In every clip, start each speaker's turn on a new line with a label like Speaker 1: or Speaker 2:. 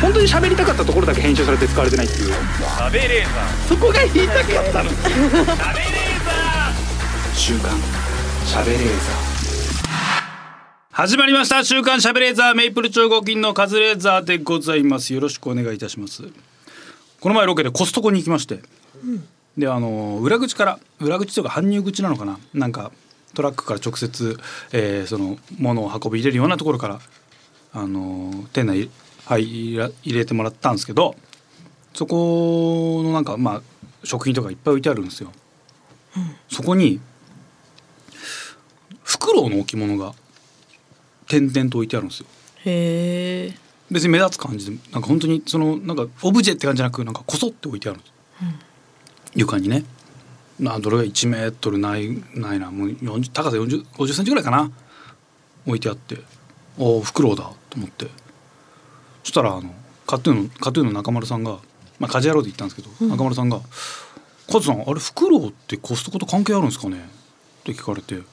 Speaker 1: 本当に喋りたかったところだけ編集されて使われてないっていう
Speaker 2: 食べレーザ
Speaker 1: そこが言いたかった
Speaker 2: ー
Speaker 1: の
Speaker 2: 食べレーザ
Speaker 1: 週刊喋れー
Speaker 3: 始まりました週刊しゃべレーザーメイプル超合金のカズレーザーでございますよろしくお願いいたしますこの前ロケでコストコに行きまして、であの裏口から裏口というか搬入口なのかななんかトラックから直接、えーその物を運び入れるようなところからあの店内はい入れ入れてもらったんですけどそこのなんかまあ食品とかいっぱい置いてあるんですよ、そこにフクロウの置物が点々と置いてあるんですよ
Speaker 4: へえ
Speaker 3: 別に目立つ感じでなんか本当にそのなんかオブジェって感じじゃなくなんかこそって置いてあるんです、床にねなどれが1メートルないないなもう40高さ40 50センチぐらいかな置いてあっておおフクロウだと思ってそしたらあのカトゥーンのカトゥーンの中丸さんが、まあ、カジ野郎で言ったんですけど、中丸さんが「カズさんあれフクロウってコストコと関係あるんですかね?」って聞かれて「いや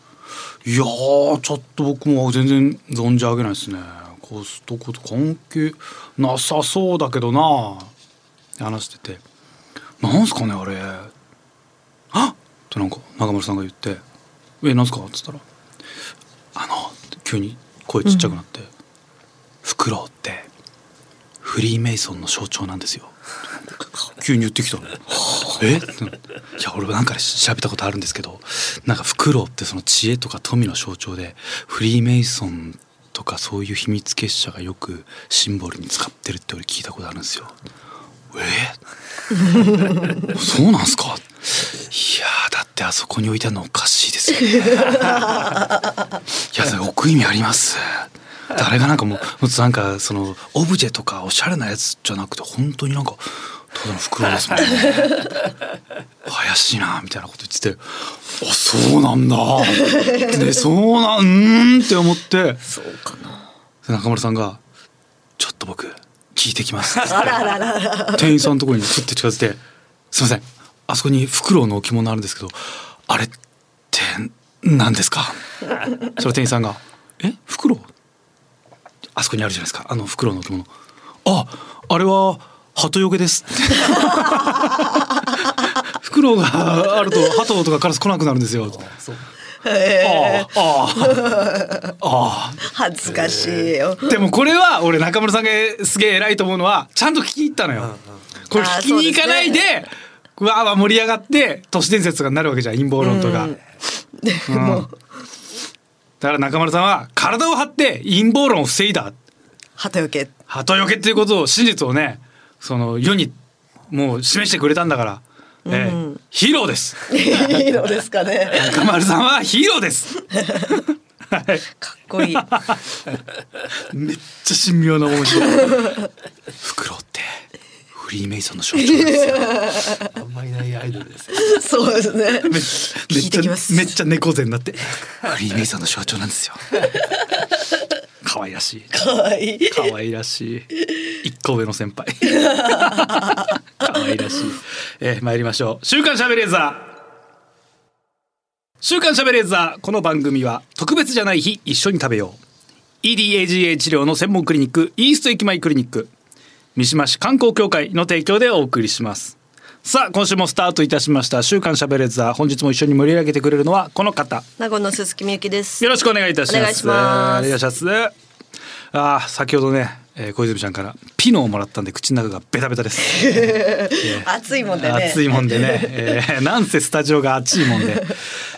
Speaker 3: ーちょっと僕も全然存じ上げないですねコストコと関係なさそうだけどな」って話してて「なんすかねあれ」あっってなんか中丸さんが言って「えなんすか?」っつったら「あの」って急に声ちっちゃくなって「フクロウってフリーメイソンの象徴なんですよ」急に言ってきたの「えっ?」てなっていや俺なんかで調べたことあるんですけどなんかフクロウってその知恵とか富の象徴でフリーメイソンとかそういう秘密結社がよくシンボルに使ってるって俺聞いたことあるんですよ。えー そうなんすかいやーだってあそこに置いてあるのおかしいですよね。いやそれ置く意味あります。誰がなんかもうもっとなんかそのオブジェとかおしゃれなやつじゃなくて本当になんかただの袋ですもんね。怪しいなみたいなこと言ってて「あそうなんだ」でそうなんうーんって思って
Speaker 4: そうかな
Speaker 3: で中丸さんが「ちょっと僕聞いてきます」って
Speaker 4: あらあらあらあら
Speaker 3: 店員さんのところにふって近づいて「すいませんあそこにフクロウの置物あるんですけどあれって何ですか?」 それ店員さんが「えフクロウあそこにあるじゃないですかあのフクロウの置物ああれは鳩よけです」 フクロウがあると鳩とかカラス来なくなるんですよ。
Speaker 4: へえ
Speaker 3: あああああ
Speaker 4: 恥ずかしいよ
Speaker 3: あでもこれは俺中村さんがすげえ偉いと思うのはちゃんと聞きに行ったのよ。これ聞きに行かないで
Speaker 4: あ
Speaker 3: わあわあ盛り上がって都市伝説とかになるわけじゃん陰謀論とか。
Speaker 4: う
Speaker 3: うんん だから中村さんは体を張って陰謀論を防いだ
Speaker 4: 鳩よけ
Speaker 3: 鳩よけっていうことを真実をねその世にもう示してくれたんだから、ええヒーローです
Speaker 4: いいのですかね
Speaker 3: 中丸さんはヒーローです
Speaker 4: かっこいい
Speaker 3: めっちゃ神妙な面 白いフクロウってフリーメイソンの象徴なんですよ
Speaker 5: あんまりないアイドルですよ。
Speaker 4: そうですね
Speaker 3: めめっ
Speaker 4: 聞い
Speaker 3: ち
Speaker 4: て
Speaker 3: ゃ
Speaker 4: きます
Speaker 3: めっちゃ猫背になってフリーメイソンの象徴なんですよ可愛らしい
Speaker 4: かわいい
Speaker 3: 可愛らしい一個上の先輩可愛らしいえー、参りましょう週刊しゃべれーザー週刊しゃべれーザーこの番組は特別じゃない日一緒に食べよう EDAGA 治療の専門クリニックイースト駅前クリニック三島市観光協会の提供でお送りしますさあ今週もスタートいたしました週刊しゃべれーザー本日も一緒に盛り上げてくれるのはこの方
Speaker 4: 名護の鈴木みゆきです
Speaker 3: よろしくお願いいたします。
Speaker 4: お願いします
Speaker 3: お願いします。ああ、先ほどね、えー小泉ちゃんからピノをもらったんで口の中がベタベタです。
Speaker 4: 暑いもんでね
Speaker 3: 熱いもんでね、えーなんせスタジオが熱いもんで、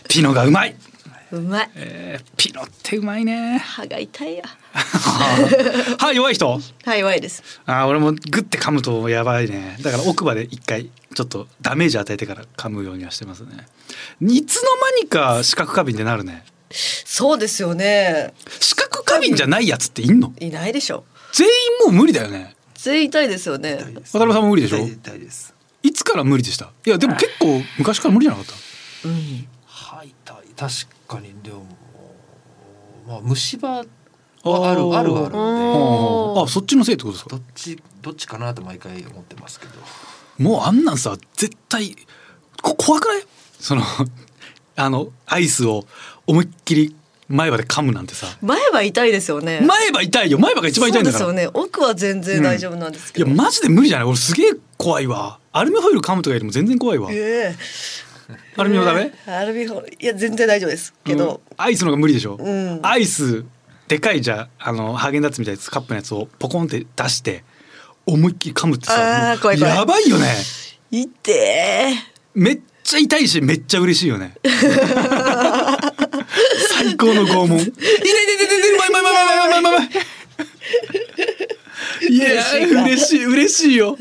Speaker 3: ピノがうまい。
Speaker 4: うまい
Speaker 3: えーピノってうまい ね。
Speaker 4: 歯が痛いや
Speaker 3: 歯弱い人？
Speaker 4: はい弱いです
Speaker 3: ああ、俺もグって噛むとやばいね。だから奥歯で一回ちょっとダメージ与えてから噛むようにはしてますね。いつの間にか視覚過敏でなるね。
Speaker 4: そうですよね
Speaker 3: 視覚過敏じゃないやつっていんの？
Speaker 4: いないでしょ
Speaker 3: 全員もう無理だよね。
Speaker 4: 全員痛いですよね
Speaker 3: 渡辺さんも無理でしょ
Speaker 5: 痛い痛いです。
Speaker 3: いつから無理でしたいやでも結構昔から無理じゃなかった
Speaker 5: はい、痛い。確かに、でも。まあ、虫歯はある、あるはある
Speaker 4: うん
Speaker 5: ので。
Speaker 3: ああそっちのせいってことですか
Speaker 5: どっち、どっちかなと毎回思ってますけど。
Speaker 3: もうあんなんさ絶対 こ怖くないそのあのアイスを思いっきり前歯で噛むなんてさ
Speaker 4: 前は痛いですよね。
Speaker 3: 前歯痛いよ前歯が一番痛いんだから
Speaker 4: そうですよね。奥は全然大丈夫なんです
Speaker 3: い
Speaker 4: け
Speaker 3: や
Speaker 4: ど。
Speaker 3: マジで無理じゃない俺すげえ怖いわアルミホイル噛むとかよりも全然怖いわ
Speaker 4: ええ
Speaker 3: アルミホイルダメ、
Speaker 4: アルミホイルいや全然大丈夫ですけど、
Speaker 3: うんアイスの方が無理でしょ、
Speaker 4: ん
Speaker 3: アイスでかいじゃあのハーゲンダッツみたいなやつカップのやつをポコンって出して思いっきり噛むってさ
Speaker 4: あー
Speaker 3: もう
Speaker 4: 怖い怖い
Speaker 3: やばいよね
Speaker 4: いってえ
Speaker 3: めっちゃ痛いしめっちゃ嬉しいよね最高の拷問いねいねいねいねうまいうまいうまいうまいうまいうまいいや
Speaker 4: 嬉しいか
Speaker 3: 嬉しい嬉しいよ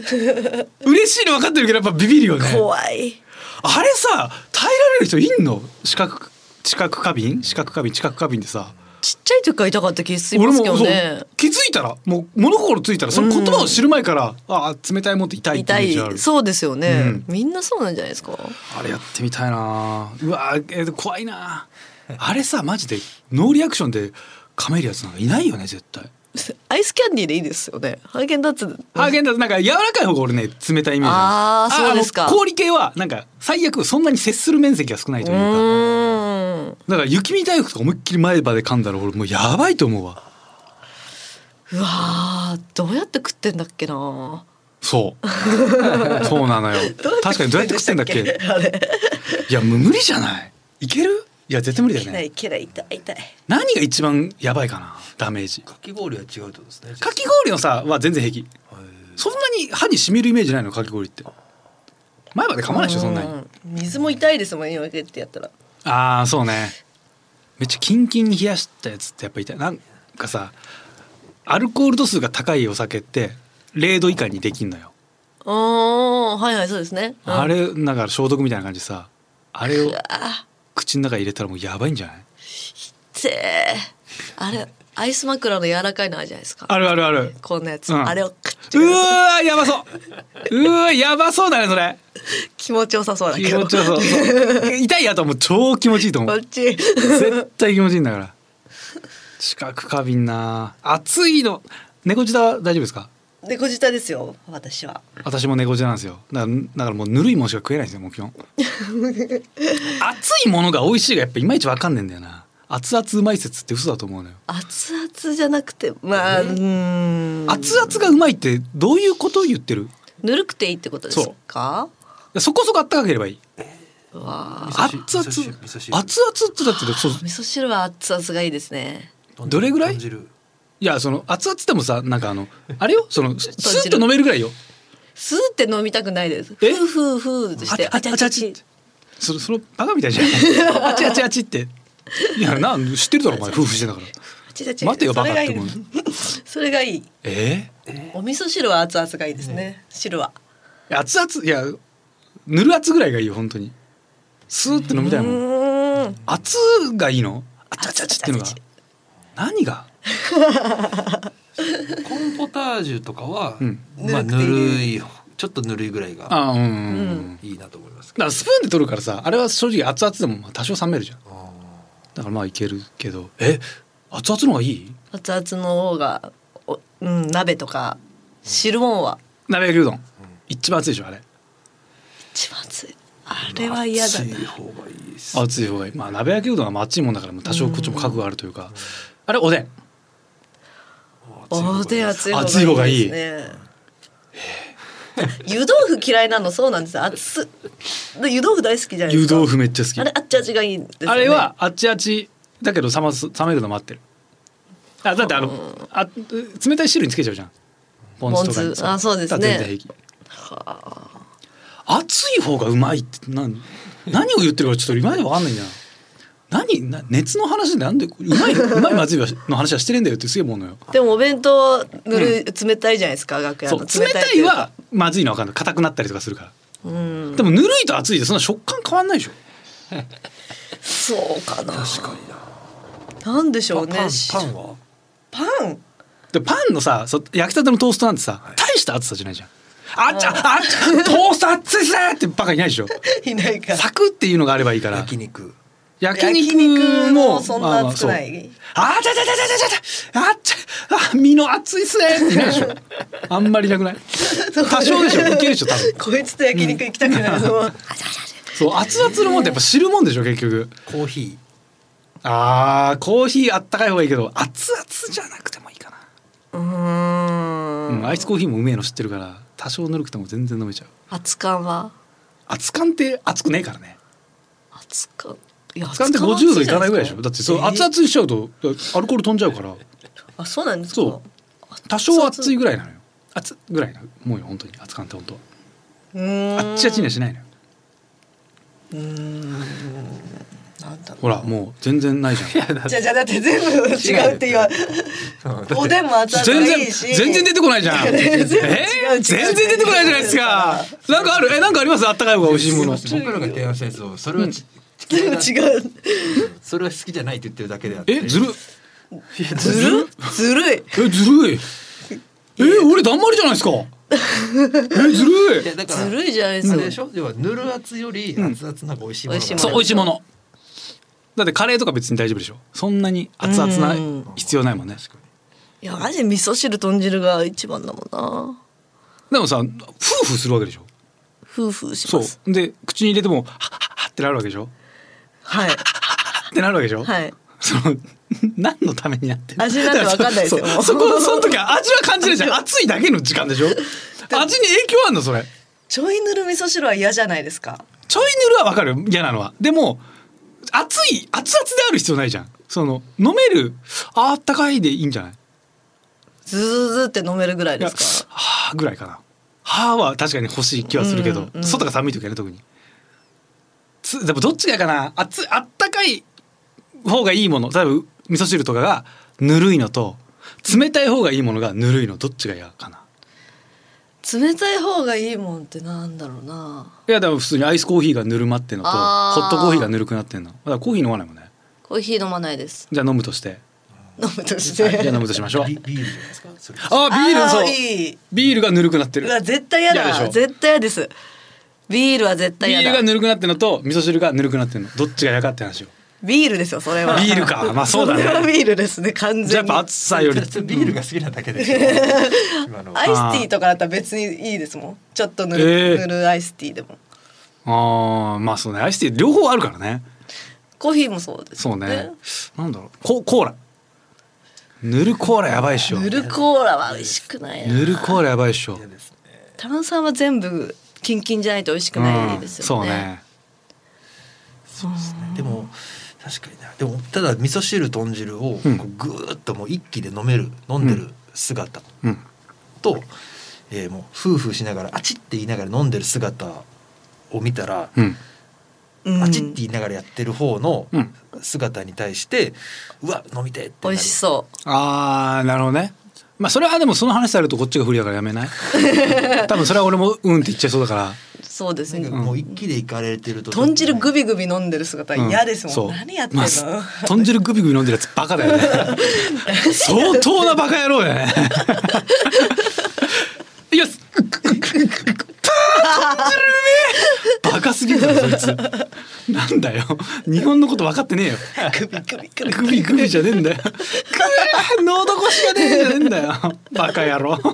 Speaker 3: 嬉しいの分かってるけどやっぱビビるよね
Speaker 4: 怖い。
Speaker 3: あれさ耐えられる人いんの視覚視覚過敏視覚過敏知覚過敏でさ
Speaker 4: ちっちゃい時から痛かった気しますけどね。
Speaker 3: 気づいたらもう物心ついたらその言葉を知る前から、ああ冷たいもんって痛いってイ
Speaker 4: 痛
Speaker 3: メージある
Speaker 4: い。そうですよね、
Speaker 3: うん
Speaker 4: みんなそうなんじゃないですか。
Speaker 3: あれやってみたいなうわーえー怖いなあれさマジでノーリアクションで噛めるやつなんかいないよね絶対
Speaker 4: アイスキャンディーでいいですよね。ハーゲンダッツ。
Speaker 3: ハーゲンダッツなんか柔らかい方が俺ね冷たいイメージな
Speaker 4: あー
Speaker 3: の
Speaker 4: そうですか
Speaker 3: あの氷系はなんか最悪そんなに接する面積が少ないという
Speaker 4: う
Speaker 3: か
Speaker 4: ーん。
Speaker 3: だから雪見大福とか思いっきり前歯で噛んだら俺もうやばいと思うわ
Speaker 4: うわーどうやって食ってんだっけな。
Speaker 3: そう そうなのよ確かにどうやって食ってんだっけ
Speaker 4: あれ。
Speaker 3: いやもう無理じゃないいけるいや絶対無理だよね
Speaker 4: いけない痛い痛い。
Speaker 3: 何が一番やばいかなダメージ
Speaker 5: かき氷は違うってことですね。
Speaker 3: かき氷のさは全然平気
Speaker 5: へ
Speaker 3: そんなに歯に染みるイメージないのかき氷って前歯で噛まないでしょそんなに
Speaker 4: うん水も痛いですもん今ってやったら。
Speaker 3: ああそうねめっちゃキンキンに冷やしたやつってやっぱ痛いなんかさアルコール度数が高いお酒って0度以下にできんのよ
Speaker 4: おーはいはいそうですね。うん
Speaker 3: あれだから消毒みたいな感じでさあれを
Speaker 4: あ
Speaker 3: 口の中に入れたらもうやばいんじゃない
Speaker 4: せえあれアイス枕の柔らかいのあるじゃないですか。
Speaker 3: あるあるある
Speaker 4: こんなやつ、
Speaker 3: うん
Speaker 4: あれをカッて
Speaker 3: うわーやばそううわーやばそうだねそれ
Speaker 4: 気持ちよさそうだけ
Speaker 3: 気
Speaker 4: ど。
Speaker 3: 持ちよそう そう痛いやともう超気持ちいいと思
Speaker 4: こ
Speaker 3: う
Speaker 4: っち。
Speaker 3: 絶対気持ちいいんだから視覚過敏な暑いの猫舌は大丈夫 ですか
Speaker 4: 猫舌ですよ私は。
Speaker 3: 私も猫舌なんですよだからだからもうぬるいものしか食えないんですよもう基本熱いものが美味しいがやっぱいまいちわかんねえんだよな熱々うまい説って嘘だと思うのよ
Speaker 4: 熱々じゃなくてまあうーん
Speaker 3: 熱々がうまいってどういうことを言ってる
Speaker 4: ぬるくていいってことですか。
Speaker 3: そこそこあったかければいいう
Speaker 4: わあ。
Speaker 5: 味
Speaker 3: 熱
Speaker 5: 噌
Speaker 3: 々
Speaker 5: 汁
Speaker 3: 熱
Speaker 5: 味噌汁
Speaker 3: 々
Speaker 5: 味噌汁
Speaker 3: ってだってそう
Speaker 4: 味噌汁は熱々がいいですね。
Speaker 5: ー
Speaker 3: どれぐらい
Speaker 5: 豚汁
Speaker 3: いやその熱々でもさなんかあのあれよそのスッと飲めるぐらいよ
Speaker 4: 吸って飲みたくないです。ふ
Speaker 3: え
Speaker 4: うふうふうとして。
Speaker 3: あちあちあちってそのそのバカみたいじゃ んあちあちあちっていやなん知ってるだろお前夫婦してんだから
Speaker 4: あちあち
Speaker 3: 待てよバカって思う
Speaker 4: それがいいそれがいい。
Speaker 3: え
Speaker 4: お味噌汁は熱々がいいですね。汁は。
Speaker 3: ー、熱々いやぬる熱ぐらいがいいよ本当にスーって飲みたいも
Speaker 4: うんーん。
Speaker 3: 熱がいいのあちあちあちっていうのが
Speaker 4: 熱々
Speaker 3: 何が
Speaker 5: コーンポタージュとかは、
Speaker 3: うん
Speaker 5: まあぬるいちょっとぬるいぐらいが
Speaker 3: あうんうんうん、
Speaker 4: うん
Speaker 5: いいなと思いますけ
Speaker 3: だ
Speaker 5: ど。
Speaker 3: からスプーンで取るからさあれは正直熱々でもまあ多少冷めるじゃん
Speaker 5: あ
Speaker 3: だからまあいけるけどえ熱々の方がいい
Speaker 4: 熱々の方が、おうん、鍋とか汁物は
Speaker 3: 鍋焼きうどん、一番熱いでしょあれ
Speaker 4: 一番熱い。あ
Speaker 5: ー
Speaker 4: れは嫌だ
Speaker 5: 熱い
Speaker 4: な。
Speaker 5: 方がいいです。
Speaker 3: 熱い方がいいまあ鍋焼きうどんはまあ熱いもんだからもう多少こっちも覚悟あるというか、あれおでん
Speaker 4: おでん熱い方がいい
Speaker 3: 熱い方がいい
Speaker 4: ですね湯豆腐嫌いなのそうなんですよ熱っで湯豆腐大好きじゃないで
Speaker 3: 湯
Speaker 4: すか
Speaker 3: 豆腐めっちゃ好き
Speaker 4: あれあっちあっちがいいんですよね
Speaker 3: あれはあっちあっちだけど冷ます冷めるの待ってるあだってあのあ冷たい汁につけちゃうじゃんポン酢とかに
Speaker 4: ポン酢あそうで
Speaker 3: だ
Speaker 4: すね
Speaker 3: から全然平気熱い方がうまいって何何を言ってるかちょっと今までわかんないんだよな何な熱の話でなんでうまいうまいまずいの話はしてるんだよってすげえもんのよ
Speaker 4: でもお弁当ぬるい、冷たいじゃないですか楽屋
Speaker 3: そ
Speaker 4: の
Speaker 3: う冷た
Speaker 4: と
Speaker 3: いう
Speaker 4: か
Speaker 3: はまずいのは分かんない硬くなったりとかするから
Speaker 4: うん
Speaker 3: でもぬるいと熱いでそんな食感変わんないでしょ
Speaker 4: そうかな
Speaker 5: 確かにな。
Speaker 4: なんでしょう
Speaker 5: パン
Speaker 4: ね
Speaker 5: パンパンは
Speaker 4: パン
Speaker 3: でパンのさそ焼きたてのトーストなんてさ大した熱さじゃないじゃんあっちゃあっちゃトースト熱いっすねってバカい ないでしょ
Speaker 4: いないか
Speaker 3: サクっていうのがあればいいから
Speaker 5: 焼肉。
Speaker 3: 焼
Speaker 4: 焼
Speaker 3: 肉
Speaker 4: 肉
Speaker 3: も
Speaker 4: もそんな熱くない
Speaker 3: まあまあそうあちゃちゃちゃちゃちゃあっちゃあ身の熱いっすねっていないでしょあんまりいなく ない多少でしょいけるでしょ多分
Speaker 4: こいつと焼肉行きたくないの、
Speaker 3: そう熱々のもんってやっぱ知るもんでしょ結局
Speaker 5: コーヒ
Speaker 3: ああコーヒーあったかい方がいいけど熱々じゃなくてもいいかな、う
Speaker 4: うー
Speaker 3: ん
Speaker 4: ん。
Speaker 3: アイスコーヒーもうめえの知ってるから多少ぬるくても全然飲めちゃう
Speaker 4: 熱感は。
Speaker 3: 熱燗って熱くねえからね
Speaker 4: 熱感。いや
Speaker 3: 熱燗って
Speaker 4: 熱
Speaker 3: 50
Speaker 4: 燗は
Speaker 3: 度
Speaker 4: 熱
Speaker 3: いかないぐらいでしょ
Speaker 4: じ
Speaker 3: だってそう熱々にしちゃうとアルコール飛んじゃうから
Speaker 4: ゃないですかあ、そうなんですか。
Speaker 3: そう多少熱い
Speaker 4: ぐ
Speaker 3: ぐらいなのよ熱ぐらいなもうよ本当に熱燗って本当は
Speaker 4: ら
Speaker 3: あっちあっちにはしないのよ
Speaker 4: なんだろう。
Speaker 3: ほらもう全然ないじゃん
Speaker 4: じゃあじゃあだって全部違うって言わおでんも熱々
Speaker 3: 全
Speaker 4: が
Speaker 3: 然
Speaker 4: いいし
Speaker 3: 全然出てこないじゃん。え
Speaker 4: 全然違う違
Speaker 3: ー
Speaker 4: う
Speaker 3: 全然出てこないじゃないですか。なんかあるえなんかありますあったかい方が美味しいもの。
Speaker 5: 僕らが提案したやつをそれはち、
Speaker 4: 全部違う
Speaker 5: それは好きじゃないって言ってるだけであって
Speaker 3: えずる
Speaker 4: ずるずるい
Speaker 3: えずるい。え俺だんまりじゃないですか。えずる
Speaker 5: いや
Speaker 3: い。
Speaker 5: だから
Speaker 4: ずるいじゃないです
Speaker 5: あ
Speaker 4: か
Speaker 5: れでしょ要はぬる熱より熱々なんか美味しいものが、
Speaker 4: うん
Speaker 3: そう美味しいもの。だってカレーとか別に大丈夫でしょ。そんなに熱々な
Speaker 4: うん
Speaker 3: 必要ないもんね。
Speaker 4: いやマジで味噌汁豚汁が一番だもんな
Speaker 3: でもさ夫婦するわけでしょ。
Speaker 4: 夫婦し
Speaker 3: そ
Speaker 4: ます
Speaker 3: うで口に入れてもはっはっってなるわけでしょ。
Speaker 4: はい
Speaker 3: ってなるわけでしょ。
Speaker 4: はい
Speaker 3: その 何のためにやってる
Speaker 4: 味なんてわかんないですよ
Speaker 3: だ
Speaker 4: も
Speaker 3: ら
Speaker 4: う
Speaker 3: そそこその時は味は感じない じゃん熱いだけの時間でしょ味に影響あんのそれ
Speaker 4: ちょいぬる味噌汁は嫌じゃないですか
Speaker 3: ちょいぬるはわかる嫌なのはでも熱い熱々である必要ないじゃんその飲めるああったかいでいいんじゃない
Speaker 4: ズズズズって飲めるぐらい
Speaker 3: い
Speaker 4: で
Speaker 3: や
Speaker 4: すか
Speaker 3: はあぐらいかなはあは確かに欲しい気はするけど、
Speaker 4: うんうん
Speaker 3: 外が寒い時はね特につでもどっちがいいかな熱あったかい方がいいもの例えば味噌汁とかがぬるいのと冷たい方がいいものがぬるいのどっちが嫌かな
Speaker 4: 冷たい方がいいもんってなんだろうない
Speaker 3: やでも普通にアイスコーヒーがぬるまってんのとホ
Speaker 4: あー
Speaker 3: ットコーヒーがぬるくなってんのだからコーヒー飲まないもんね
Speaker 4: コーヒー飲まないです
Speaker 3: じゃあ飲むとして
Speaker 4: 飲むとし
Speaker 3: はいじゃあ
Speaker 4: て
Speaker 3: 飲むとしましょう
Speaker 5: ビビールじゃないですかそれ
Speaker 3: あービールそう
Speaker 4: あいい
Speaker 3: ビールがぬるくなってる
Speaker 4: うわ絶対嫌だ
Speaker 3: 嫌でしょ
Speaker 4: 絶対嫌ですビールは絶対
Speaker 3: ビ
Speaker 4: 嫌
Speaker 3: ール
Speaker 4: だ
Speaker 3: がぬるくなってんのと味噌汁がぬるくなってんのどっちが嫌かって話を
Speaker 4: ビールですよそれは
Speaker 3: ビールかまあそうだね
Speaker 4: それはビールですね完全に
Speaker 3: じゃあやっぱ暑さ より
Speaker 5: ビールが好きなだけでしょ今の
Speaker 4: アイスティーとかだったら別にいいですもんちょっとぬる,、
Speaker 3: えー
Speaker 4: ぬるアイスティーでも
Speaker 3: ああまあそうねアイスティー両方あるからね
Speaker 4: コーヒーもそうです
Speaker 3: そ
Speaker 4: よ
Speaker 3: うねなんだろうココーラぬるコーラやばいっしょ
Speaker 4: ぬ
Speaker 3: ぬる
Speaker 4: るコーラは美味しくないな
Speaker 3: コーラやばいっしょ
Speaker 5: 嫌ですね
Speaker 4: 炭酸は全部キンキンじゃないと美味しくないです
Speaker 3: そ
Speaker 4: よ
Speaker 3: う
Speaker 4: ね,、
Speaker 3: ね
Speaker 5: そうですねでも確かになでもただ味噌汁豚汁をこう
Speaker 3: うん
Speaker 5: ぐーっともう一気で飲める飲んでる姿
Speaker 3: うん
Speaker 5: と、えーもう夫婦しながらあちって言いながら飲んでる姿を見たら、
Speaker 3: うん
Speaker 4: うん
Speaker 5: あちって言いながらやってる方の
Speaker 3: うん
Speaker 5: 姿に対して、うわ飲みてえって
Speaker 4: 美
Speaker 5: なる
Speaker 4: 味しそ
Speaker 3: ああなるほどねまあそれはでもその話されるとこっちが不利だからやめない 多分それは俺もうんって言っちゃいそうだから
Speaker 4: うそうです
Speaker 5: なんか
Speaker 4: ね
Speaker 5: もう一気で行かれてると
Speaker 4: 豚汁グ
Speaker 5: ビ
Speaker 4: ビグビ飲んでる姿
Speaker 3: うん
Speaker 4: 嫌ですもん、
Speaker 3: そう
Speaker 4: 何やってんの、
Speaker 3: まあ豚汁グビグビ飲んでるやつバカだよね 相当なバカ野郎だよねいやすくくくくくく豚汁うめえバカすぎるだろそいつなんだよ日本のこと分かってねえよ
Speaker 4: グビグビグビ
Speaker 3: グビグビじゃねえんだよくー喉越しがねえじゃねえんだよバカ野郎そ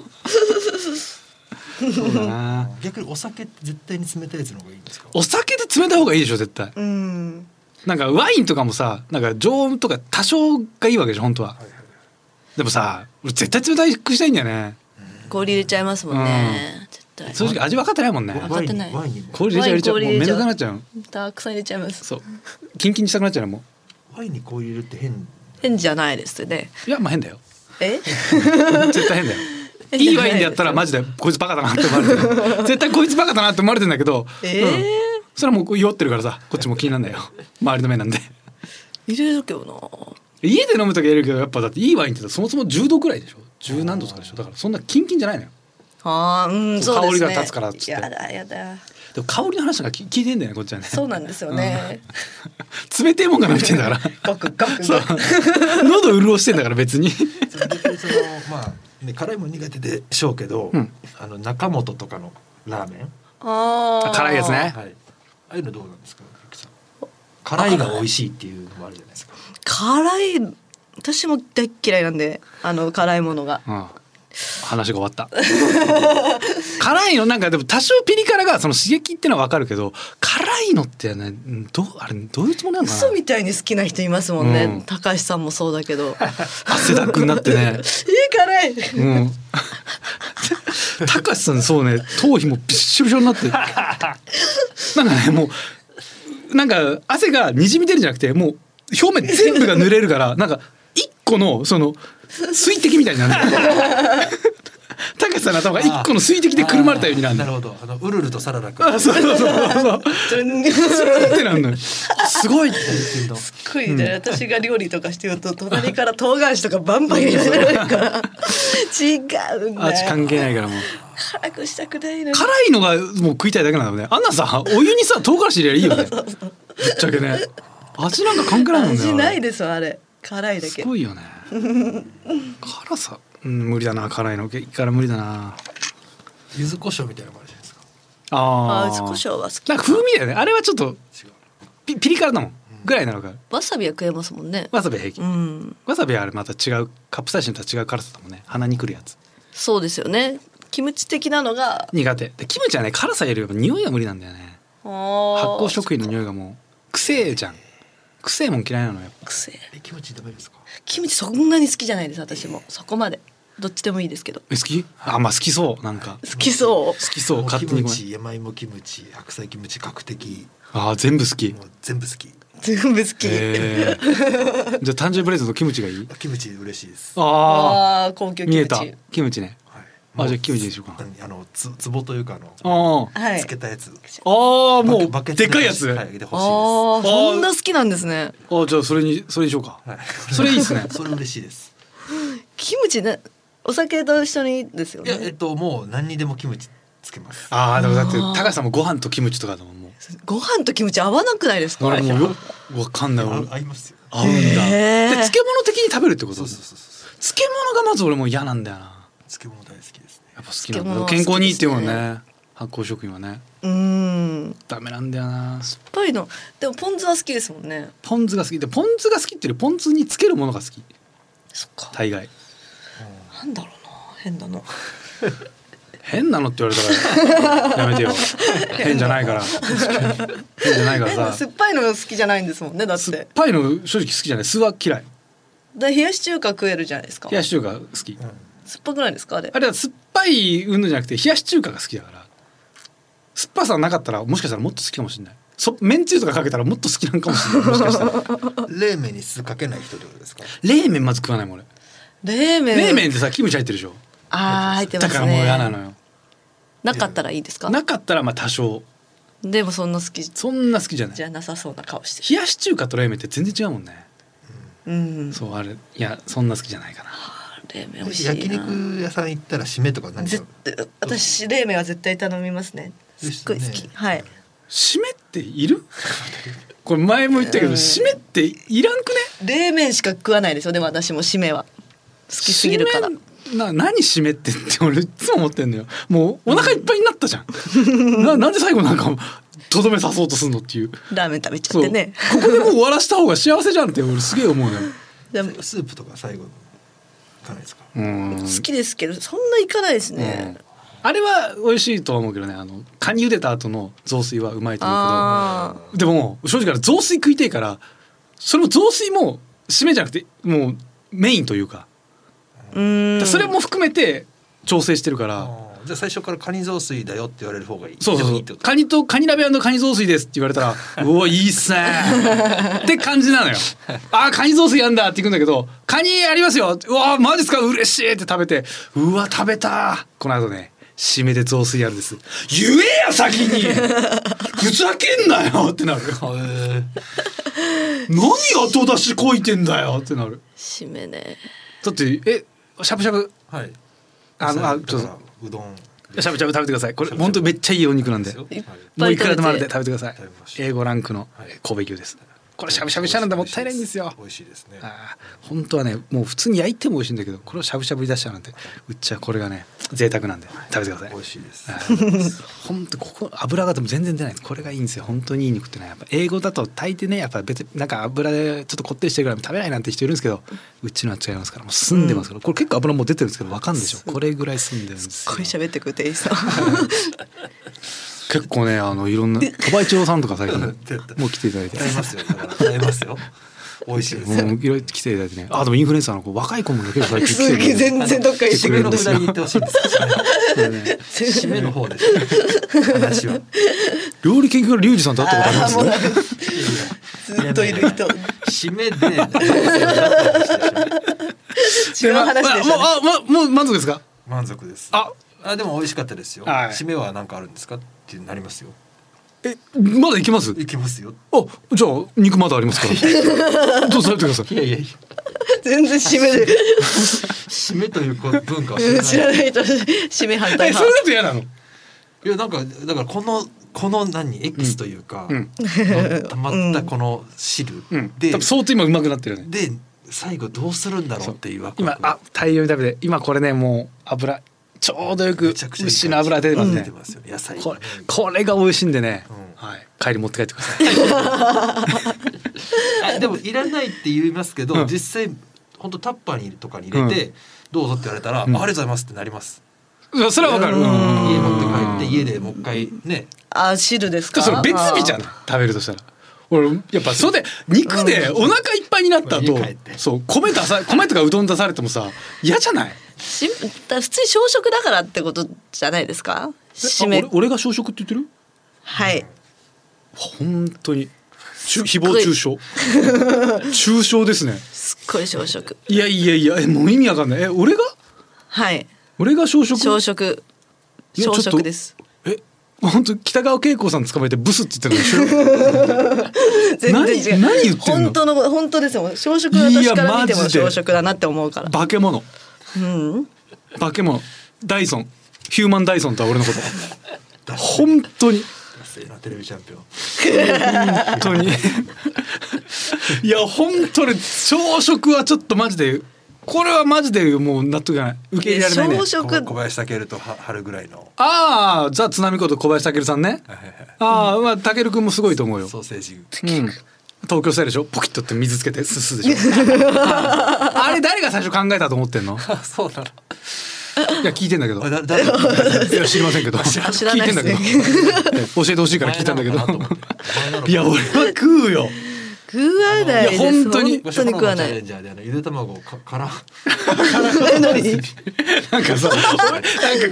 Speaker 3: うだな
Speaker 5: 逆にお酒って絶対に冷たいやつの方がいいんですか
Speaker 3: お酒で冷たい方がいいでしょ絶対
Speaker 4: うん
Speaker 3: なんかワインとかもさなんか常温とか多少がいいわけじゃん本当は、でもさ俺絶対冷たくしたいんだよね
Speaker 4: 氷入れちゃいますもんね、絶対
Speaker 3: 正直味分かってないもんね
Speaker 4: わかってない
Speaker 5: ワインにも
Speaker 3: 氷入れちゃう入れちゃうもう
Speaker 4: ワイン
Speaker 3: めんど
Speaker 4: 氷入れちゃう
Speaker 3: くなっちゃう
Speaker 4: たくさん入れちゃいます
Speaker 3: そうキンキンにしたくなっちゃうのも
Speaker 5: ワインに氷入れるって変
Speaker 4: 変じゃないですね
Speaker 3: ういやまあ変だ よ
Speaker 4: え
Speaker 3: 絶対変だよいいワインでやったらマジでこいつバカだなって思われてる絶対こいつバカだなって思われてんだけど、
Speaker 4: えー
Speaker 3: うんそれはもう酔ってるからさこっちも気になんだよ周りの目なんで
Speaker 4: 入れるけど
Speaker 3: 家で飲む時は入れるけどやっぱだっていいワインってそもそも10度くらいでしょ十何度とかでしょだからそんなキンキンじゃないのよ
Speaker 4: なあーうんそうですね
Speaker 3: 香りが立つからっつって
Speaker 4: やだやだ
Speaker 3: でも香りの話なんか聞聞いてんだよねこっちはね
Speaker 4: そうなんですよね、
Speaker 3: 冷てえもんが伸びてんだから
Speaker 4: ごくごく
Speaker 3: そう喉潤してんだから別に
Speaker 5: それでそ のまあ、ね、辛いもん苦手でしょうけど、
Speaker 3: うん
Speaker 5: あの中本とかのラーメン、
Speaker 4: あー
Speaker 3: 辛いやつね
Speaker 5: はい、ああいうのどうなんですかお客さん辛いが美味しいっていうのもあるじゃないですか
Speaker 4: 辛い私も大っ嫌いなんであの辛いものが
Speaker 3: あ話が終わった。辛いのなんかでも多少ピリ辛がその刺激ってのはわかるけど辛いのってねうんどうあれどういうつもりなのか
Speaker 4: 嘘
Speaker 3: な
Speaker 4: みたいに好きな人いますもんね、
Speaker 3: うん
Speaker 4: 高橋さんもそうだけど
Speaker 3: 汗だくになって ね。
Speaker 4: え辛い
Speaker 3: うん。高橋さんそうね頭皮もびっしょびしょになってなんかねもうなんか汗がにじみ出るんじゃなくてもう表面全部が濡れるからなんか一個のその水滴みたいになる高橋さんの頭が一個の水滴でくるまれたようになる
Speaker 5: なる
Speaker 3: の
Speaker 5: ほどあのウルルとサララ君
Speaker 3: あそうそうそうそうってなるのよすごいって
Speaker 4: すっごいね、私が料理とかしてると隣から唐辛子とかバンバン入れられるから 違うんだ
Speaker 3: 味関
Speaker 4: よ
Speaker 3: 係ないからもう
Speaker 4: 辛くしたくないのに
Speaker 3: 辛いのがもう食いたいだけなのねあんなさお湯にさ唐辛子入れりゃいいよねぶっちゃけね味なんか関係ないもんねあれ
Speaker 4: 味ないですあれ辛いだ
Speaker 3: す
Speaker 4: け
Speaker 3: ごいよね辛さ、うん、無理だな辛いの激辛無理だな
Speaker 5: 柚子胡椒みたいな感じゃないですか
Speaker 3: あ
Speaker 4: あ
Speaker 3: ー
Speaker 4: ー胡椒は好き
Speaker 3: なんか風味だよねあれはちょっと
Speaker 5: 違う
Speaker 3: ピピリ辛だもんぐらいなのか
Speaker 4: わさびは食えますもんね
Speaker 3: わさび平気、
Speaker 4: うん
Speaker 3: わさびはあれまた違うカプサイシンとは違う辛さだもんね鼻にくるやつ
Speaker 4: そうですよねキムチ的なのが
Speaker 3: 苦手でキムチはね辛さよりも匂いが無理なんだよね
Speaker 4: 発
Speaker 3: 発
Speaker 4: 酵
Speaker 3: 酵食品の匂いがもうくせえじゃんくせえもん嫌いなのよ
Speaker 4: 癖
Speaker 5: えキムチダメですか
Speaker 4: キムチそんなに好きじゃないです私もそこまでどっちでもいいですけど
Speaker 3: え好きあまあ好きそうなんか
Speaker 4: 好きそう
Speaker 3: 好きそう
Speaker 5: もキ
Speaker 3: 勝手に
Speaker 5: ム
Speaker 3: ごめん
Speaker 5: チ山芋キムチ白菜キムチ角的
Speaker 3: あー全部好きへ
Speaker 5: もう全部好き
Speaker 4: 全部好き、
Speaker 3: えじゃあ誕生日プレゼントキムチがいい
Speaker 5: キムチ嬉しいです
Speaker 3: ああ
Speaker 4: ああ高級
Speaker 3: 見
Speaker 4: キ
Speaker 3: え
Speaker 4: ム
Speaker 3: た
Speaker 4: チ
Speaker 3: キムチね
Speaker 5: はい
Speaker 3: あじゃあキムチにしようかな
Speaker 5: 何あのつつぼというかあの
Speaker 3: ああ
Speaker 4: はい
Speaker 5: つけたやつ
Speaker 3: ああも
Speaker 5: バ
Speaker 3: う
Speaker 5: ケ
Speaker 3: でっかいやつ、
Speaker 5: はい、で欲しいです
Speaker 4: あ
Speaker 5: は
Speaker 4: ーそんな好きなんですね
Speaker 3: ああじゃあそれにそれにしようか、
Speaker 5: い
Speaker 3: それいいですね
Speaker 5: それ嬉しいです
Speaker 4: キムチねお酒と一緒にですよ
Speaker 5: いやえっ
Speaker 4: ね
Speaker 5: ともう何にでもキムチつけます
Speaker 3: ああでもだって高橋さんもご飯とキムチとかだもんもう
Speaker 4: ご飯とキムチ合わなくないですか
Speaker 3: 俺もうよわかんない俺合うんだ
Speaker 5: あ合いますよ
Speaker 4: へー
Speaker 3: で漬物的に食べるってこと
Speaker 5: そうそうそうそう
Speaker 3: 漬物がまず俺もう嫌なんだよな
Speaker 5: 漬物大好きですね
Speaker 3: やっぱ好きなんだ
Speaker 4: 漬物
Speaker 3: よ
Speaker 4: は好き
Speaker 3: 健
Speaker 4: ですね
Speaker 3: 康にいいっていうもんね発酵食品はね
Speaker 4: うーん
Speaker 3: ダメなんだよな
Speaker 4: 酸っぱいのでもポン酢は好きですもんね
Speaker 3: ポン酢が好きでポン酢が好きっていうよりポン酢につけるものが好き
Speaker 4: そっか
Speaker 3: 大概
Speaker 4: なんだろうな変なの
Speaker 3: 変なのって言われたら やめてよ変じゃないから変じゃないか
Speaker 4: 変な
Speaker 3: らさ
Speaker 4: 酸っぱいのが好きじゃないんですもんねだっ
Speaker 3: 酸ってぱいの正直好きじゃない酢は嫌い
Speaker 4: で冷やし中華食えるじゃないですか
Speaker 3: 冷や
Speaker 4: 酸
Speaker 3: し中華好き
Speaker 5: うん
Speaker 4: っぱくないですかあれ
Speaker 3: あれは酸っぱい運動じゃなくて冷やし中華が好きだから酸っぱさなかったらもしかしたらもっと好きかもしれないそめんつゆとかかけたらもっと好きなんかもしれないもしかした ら
Speaker 5: 冷麺に酢かけない人ってことですか
Speaker 3: 冷麺まず食わないもん
Speaker 4: 冷
Speaker 3: 俺
Speaker 4: 麺
Speaker 3: 冷麺ってさキムチ入ってるでしょ
Speaker 4: あー入って
Speaker 3: だ
Speaker 4: ますね
Speaker 3: からもう嫌なのよ
Speaker 4: なかったらいいですか
Speaker 3: なかったらまあ多少
Speaker 4: でもそんな好きじ
Speaker 3: そんな好きじゃない
Speaker 4: ゃなさそうな顔して
Speaker 3: 冷やし中華と冷麺って全然違うもんね
Speaker 4: うん
Speaker 3: そうあれいやそんな好きじゃないかな
Speaker 4: 冷麺美味しいな
Speaker 5: 焼肉屋さん行ったら締めとか何
Speaker 4: 絶対私冷麺は絶対頼みますねすっごい好き、
Speaker 5: ですよね
Speaker 4: はい
Speaker 3: 締めっている これ前も言ったけど、
Speaker 4: うん
Speaker 3: 締めっていらんくね
Speaker 4: 冷麺しか食わないですよでも私も締めは好きすぎるから
Speaker 3: 締めな何締めってって俺いつも思ってんのよもうお腹いっぱいになったじゃん、ななんで最後なんかとどめ刺そうとすんのっていう
Speaker 4: ラーメン食べちゃ
Speaker 3: そ
Speaker 4: っ
Speaker 3: う
Speaker 4: てね
Speaker 3: ここでもう終わらした方が幸せじゃんって俺すげえ思うのよ
Speaker 4: でも
Speaker 5: スープとか最後かないですか
Speaker 3: うん
Speaker 4: 好きですけどそんな行かないですね、
Speaker 3: あれは美味しいとは思うけどねあのカニ茹でた後の雑炊はうまいと思うけど
Speaker 4: ああ
Speaker 3: でも正直から雑炊食いたいからそれも雑炊も締めじゃなくてもうメインというか
Speaker 4: うーん
Speaker 3: それも含めて調整してるから、
Speaker 5: あーじゃあ最初からカニ雑炊だよって言われる方がいい
Speaker 3: そうそう
Speaker 5: でも
Speaker 3: そ
Speaker 5: いいうってこと
Speaker 3: カニとカニ鍋カニ雑炊ですって言われた ら「うおいいっすね」って感じなのよ。あーカニ雑炊やんだって言うんだけど「カニありますよ」うわーマジっすか嬉しい」って食べて「うわ食べた」この後ね締めで雑炊やるんです言えや先 にふざけんなよってなる
Speaker 5: へー
Speaker 3: 何後出しこいてんだよってなる
Speaker 4: 締めね
Speaker 3: だってえしゃぶしゃぶ
Speaker 5: はい
Speaker 3: あのあそうそう
Speaker 5: うどん
Speaker 3: しゃぶしゃぶ食べてくださいこれ本当めっちゃいいお肉なんで
Speaker 5: ですよ
Speaker 4: いっ
Speaker 5: はい
Speaker 3: も
Speaker 4: ぱ
Speaker 3: う
Speaker 4: い
Speaker 3: いくらでもあるんで
Speaker 4: 食
Speaker 3: 食べてください
Speaker 5: 食べましょう
Speaker 3: A5 ランクの
Speaker 5: はい
Speaker 3: 神戸牛ですこれしゃぶしゃぶしたなんてもったいないんですよ
Speaker 5: 美味しいですね。
Speaker 3: あー本当はねもう普通に焼いても美味しいんだけどこれをしゃぶしゃぶに出しちゃうなんてうっちはこれがね贅沢なんで食べてくださ
Speaker 5: 美
Speaker 3: い
Speaker 5: 味しいです。
Speaker 3: 本当ここ油がでも全然出ないですこれがいいんですよ本当にいい肉ってねやっぱ英語だと大抵ねやっぱ別になんか油でちょっとこってりしてるから食べないなんて人いるんですけどうちのは違いますからもう澄んでますから、これ結構油もう出てるんですけどわかんでしょこれぐらい澄んでるんです
Speaker 4: すっごい
Speaker 3: よ
Speaker 4: 喋ってくる店 員さん
Speaker 3: 結構ねあのいろんな鳥羽一郎さんとか最近 もう来ていただいて
Speaker 5: 買えますよ。だから買えますよ。美味しいです。
Speaker 3: もういろいろ来ていただいてねあでもインフルエンサーの子若い子もね結構最近来
Speaker 4: す
Speaker 3: て
Speaker 4: げえ
Speaker 3: る
Speaker 4: 全然どっか行っ て
Speaker 5: 締
Speaker 4: くれ
Speaker 5: め
Speaker 4: な
Speaker 5: の
Speaker 4: い
Speaker 5: 札に行ってほしいんです。締めの方でした。話は。
Speaker 3: 料理研究家のリュウジさんと会ったことあり
Speaker 4: あ
Speaker 3: ま
Speaker 4: あ
Speaker 3: す
Speaker 4: もうなんかずっといる人
Speaker 5: 締めで。で
Speaker 4: 違う話でしたね
Speaker 3: まあまあもうあまもう満足ですか
Speaker 5: 満足です。
Speaker 3: あ
Speaker 5: あ、でも美味しかったですよ。
Speaker 3: はい
Speaker 5: 締めは何かあるんですかってなりますよ。
Speaker 3: えまだいけます
Speaker 5: いきますよ。
Speaker 3: あじゃあ肉まだありますからどうぞ食べてくださ
Speaker 5: い
Speaker 3: い
Speaker 5: やいやいや。
Speaker 4: 全然締めで
Speaker 5: 締めというこ文化を知
Speaker 4: うん
Speaker 5: ら
Speaker 4: 知
Speaker 5: ない
Speaker 4: ら。ない人締め反対
Speaker 3: えそ
Speaker 4: 派
Speaker 3: れだと嫌なの
Speaker 5: いやなんかだからこのこの何 X というか、
Speaker 3: うん
Speaker 5: たまったこの汁
Speaker 3: うん多
Speaker 5: で、
Speaker 3: 分相当今うまくなってるよね
Speaker 5: で最後どうするんだろうっていうワクワ
Speaker 3: 今
Speaker 5: ク
Speaker 3: あ大量に食べて今これねもう油ちょうどよく
Speaker 5: めちゃくちゃいい
Speaker 3: 牛の油出てます
Speaker 5: 出
Speaker 3: ね
Speaker 5: てますよ野菜
Speaker 3: これこれが美味しいんでね
Speaker 5: うん
Speaker 3: はい帰り持って帰ってください
Speaker 5: あでもいらないって言いますけど、
Speaker 3: うん
Speaker 5: 実際本当タッパーにとかに入れて、どうぞって言われた
Speaker 3: ん
Speaker 5: ら、ありがとうございますってなります。
Speaker 3: いやそれはわかる
Speaker 4: うん
Speaker 5: 家持って帰って家でもう一回ね
Speaker 4: あ汁です
Speaker 3: で
Speaker 4: か
Speaker 3: それ別日じゃん
Speaker 4: あ
Speaker 3: 食べるとしたら俺やっぱそれで肉でお腹いっぱいになった後
Speaker 5: うん家帰って
Speaker 3: そう米出さ米とかうどん出されてもさ嫌じゃない
Speaker 4: ーしだ普通に小食だからってことじゃないですか締
Speaker 3: あ
Speaker 4: め
Speaker 3: 俺俺が小食って言ってる
Speaker 4: はい
Speaker 3: 本当に中誹謗中傷中傷 ですね
Speaker 4: すっごい小食
Speaker 3: いやいやいやえもう意味わかんないえ俺が
Speaker 4: はい
Speaker 3: 俺が小食
Speaker 4: 小食
Speaker 3: いやちょ
Speaker 4: 小
Speaker 3: っと
Speaker 4: 食です
Speaker 3: え本当北川景子さん捕まえてブスって言ってるの一緒
Speaker 4: 全然違う
Speaker 3: 何何言ってんの
Speaker 4: 本当のこと本当ですよ小食
Speaker 3: いや
Speaker 4: 私から見て
Speaker 3: マ
Speaker 4: も
Speaker 3: ジで
Speaker 4: 小食だなって思うから
Speaker 3: 化け物
Speaker 4: うん
Speaker 3: 化け物ダイソンヒューマンダイソンとは俺のこと本当に
Speaker 5: 「せーのテレビチャンピオン
Speaker 3: 本当 にいや本当に朝食はちょっとマジでこれはマジでもう納得がない受け入れられないね
Speaker 4: 小」
Speaker 5: 小
Speaker 4: 食
Speaker 5: 小林武とは春ぐらいの
Speaker 3: ああザ・津波こと小林武さんね
Speaker 5: はいはい
Speaker 3: ああまあ武くんもすごいと思うよ、
Speaker 5: ソーセージ
Speaker 3: うん、東京スタイルでしょポキッとって水つけてすすでしょ あれ誰が最初考えたと思ってんの
Speaker 5: あそうなの
Speaker 3: いや聞いてんだけど
Speaker 5: あだ誰だ
Speaker 3: い や知りませんけど
Speaker 4: 知ら
Speaker 3: 聞
Speaker 4: ないい
Speaker 3: て
Speaker 4: で
Speaker 3: んだ
Speaker 4: す
Speaker 3: けど
Speaker 4: ね
Speaker 3: 教えてほしいから聞いたんだけど
Speaker 5: お前なのかなと思ってお前なのかない
Speaker 3: や俺は食うよ
Speaker 4: 食わないです
Speaker 3: いや本当に
Speaker 4: 本当に食わな
Speaker 5: チャレ
Speaker 4: い
Speaker 5: ンジャーであのゆで卵をかから
Speaker 3: なんかさ俺なんか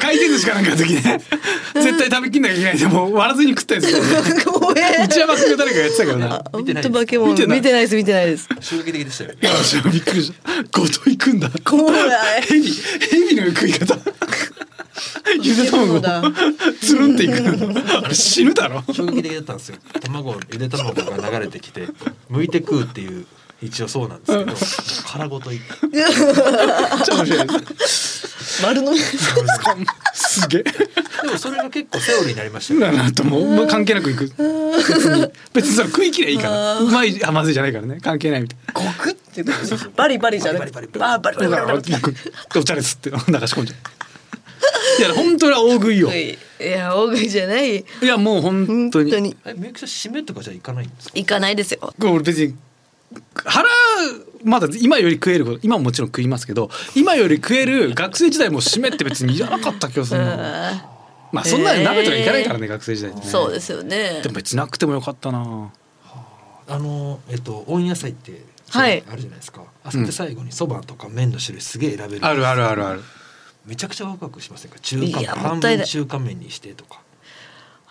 Speaker 3: 回転寿司かなんかの時ね絶対食べきんなきゃいけないでもう割らずに食ったやつ
Speaker 4: ごめん
Speaker 3: 内山君が誰かやってたけどな
Speaker 4: 本
Speaker 5: てない
Speaker 4: 当化け物
Speaker 3: 見て
Speaker 4: 見
Speaker 3: ない
Speaker 4: てないです見てないです
Speaker 5: 衝撃的でしたよね
Speaker 3: いや私もびっくりしたごと行くんだ
Speaker 4: 怖い
Speaker 3: ヘビヘビの食い方ゆで
Speaker 4: そ
Speaker 3: 卵
Speaker 4: うだ
Speaker 3: つるんっていくのあれ死ぬだろ
Speaker 5: 衝撃的だったんですよ卵をゆで卵が流れてきて剥いて食うっていう一応そうなんですけど殻ごといく
Speaker 3: 超面白い
Speaker 4: 丸の
Speaker 3: すげえ
Speaker 5: でもそれが結構セオリーになりましたよ
Speaker 3: だなともう、まあ、関係なくいく別に別にそれ食い切りゃいいからうまいあまずいじゃないからね関係ないみたいな
Speaker 4: ゴクってバリバリじゃなくて
Speaker 5: バリ
Speaker 4: バ
Speaker 5: バ
Speaker 4: リバリバリバリバリ
Speaker 3: だからお茶ですって流し込んじゃういや本当に大食いよい
Speaker 4: いや大食いじゃない
Speaker 3: やもう本
Speaker 4: 本
Speaker 3: 当
Speaker 4: 当
Speaker 3: に
Speaker 4: に
Speaker 5: えみゆきさん締めとかじゃいかないんですか
Speaker 4: 行かないですよ
Speaker 3: 俺別に腹まだ今より食えること今ももちろん食いますけど今より食える学生時代も締めって別にいらなかった気がするな
Speaker 4: あ
Speaker 3: まあそんなに鍋とかいかないからね、学生時代って、
Speaker 4: ー
Speaker 3: ね、
Speaker 4: そうですよね
Speaker 3: でも別になくてもよかったな
Speaker 5: あのえっと温野菜って
Speaker 4: はい
Speaker 5: あるじゃないですかあそこで最後にそばとか麺の種類すげえ選べる
Speaker 3: あるあるあるある
Speaker 5: めちゃくちゃワクワクしませんか中
Speaker 4: い
Speaker 5: 華
Speaker 4: やも
Speaker 5: 半
Speaker 4: ったいない
Speaker 5: 分中華麺にしてとか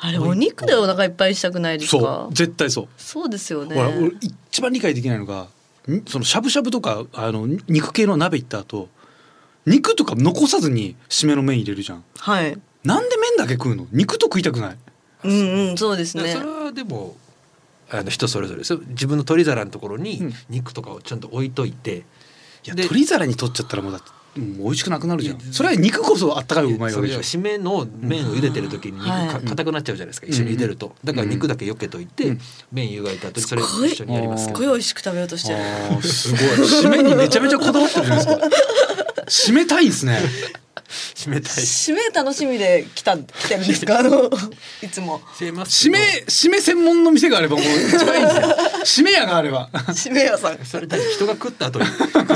Speaker 4: あれお肉でお腹いっぱいにしたくないです
Speaker 3: そ
Speaker 4: か
Speaker 3: う絶対そう
Speaker 4: そうですよね
Speaker 3: ほら俺一番理解できないのがんそのしゃぶしゃぶとかあのに肉系の鍋行った後肉とか残さずに締めの麺入れるじゃん
Speaker 4: はい
Speaker 3: なんで麺だけ食うの肉と食いたくない
Speaker 4: うんうんそうです
Speaker 5: それ
Speaker 4: ね
Speaker 5: はでもあの人それぞれですよ自分の取り皿のところ
Speaker 3: う
Speaker 5: に
Speaker 3: ん
Speaker 5: 肉とかをちゃんと置いといて、
Speaker 3: いや
Speaker 5: で
Speaker 3: 取り皿に取っちゃったらもうだってうん美味しくなくなるじゃんそれは肉こそあったかい方がうまいわ
Speaker 5: そ
Speaker 3: け
Speaker 5: れ
Speaker 3: でしょ
Speaker 5: 締めの麺を茹でてる時に肉
Speaker 4: はい
Speaker 5: か硬くなっちゃうじゃないですか一緒に茹でるとだから肉だけ避けといて麺湯がいた後にそれを
Speaker 4: すごい
Speaker 5: 一緒にやります
Speaker 4: す
Speaker 5: け
Speaker 4: っ
Speaker 5: ど
Speaker 4: ごい美味しく食べようとしてる
Speaker 3: あーすごい締めにめちゃめちゃこだわってるじゃないですか締めたいんですね
Speaker 5: 締め たい
Speaker 4: 締め楽しみで来た来てるんですかあのいつ も
Speaker 5: 締めます
Speaker 3: 締め締め専門の店があればもう一番いいですよ締め屋があれば
Speaker 4: 締め屋さん
Speaker 5: それだけ人が食った後に
Speaker 3: だから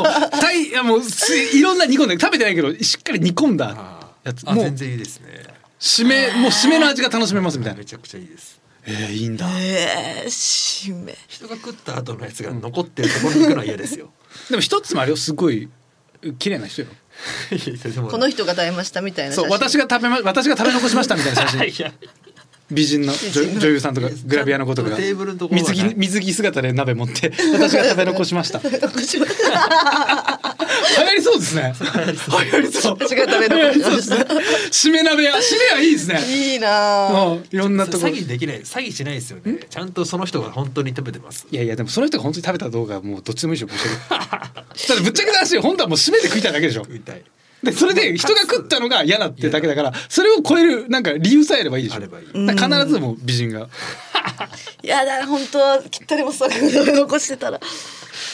Speaker 3: もうたいいやもうすいろんな煮込んで食べてないけどしっかり煮込んだ
Speaker 5: あ
Speaker 3: やつ
Speaker 5: あ
Speaker 3: もう
Speaker 5: 全然いいですね
Speaker 3: 締めもう締めの味が楽しめますみたいな
Speaker 5: めちゃくちゃいいです
Speaker 3: えー、いいんだ
Speaker 4: えー、締め
Speaker 5: 人が食った後のやつが残ってるところに行くのは嫌ですよ
Speaker 3: でも一つもあれよすごい綺麗な人よ
Speaker 5: いやいやでも
Speaker 4: この人が食べましたみたいな写
Speaker 3: そう
Speaker 4: 真
Speaker 3: 私が食べま私が食べ残しましたみたいな写
Speaker 5: い
Speaker 3: 真
Speaker 5: や
Speaker 3: 美人の女女優さんとかグラビアの子とかが
Speaker 5: テーブルのところが
Speaker 3: 水着水着姿で鍋持 って私が食べ残しました流行りそうですね。流行りそう。
Speaker 4: 私が食べ残し
Speaker 3: 流行り
Speaker 4: ました
Speaker 3: そう ですね。締め鍋屋、締め屋いいですね。
Speaker 4: いいなあ
Speaker 3: もういろんなとこ
Speaker 5: 詐
Speaker 3: ろ。
Speaker 5: 欺
Speaker 3: い
Speaker 5: できない詐欺しないですよねちゃんとその人が本当に食べてます
Speaker 3: やいやでもその人が本当に食べた動画もうどっちでもいいでしょぶっちゃけ。だってぶっちゃけた話本当はもう締めて食いたいだけで しょ。
Speaker 5: 食いたい
Speaker 3: でそれで人が食ったのが嫌だってだけだからそれを超えるなんか理由さえあればいいでしょ。
Speaker 5: あればいい
Speaker 3: だから必ずもう美人が。だか
Speaker 4: いやだ本当はきっとでもそれ食べ残してたら
Speaker 3: ら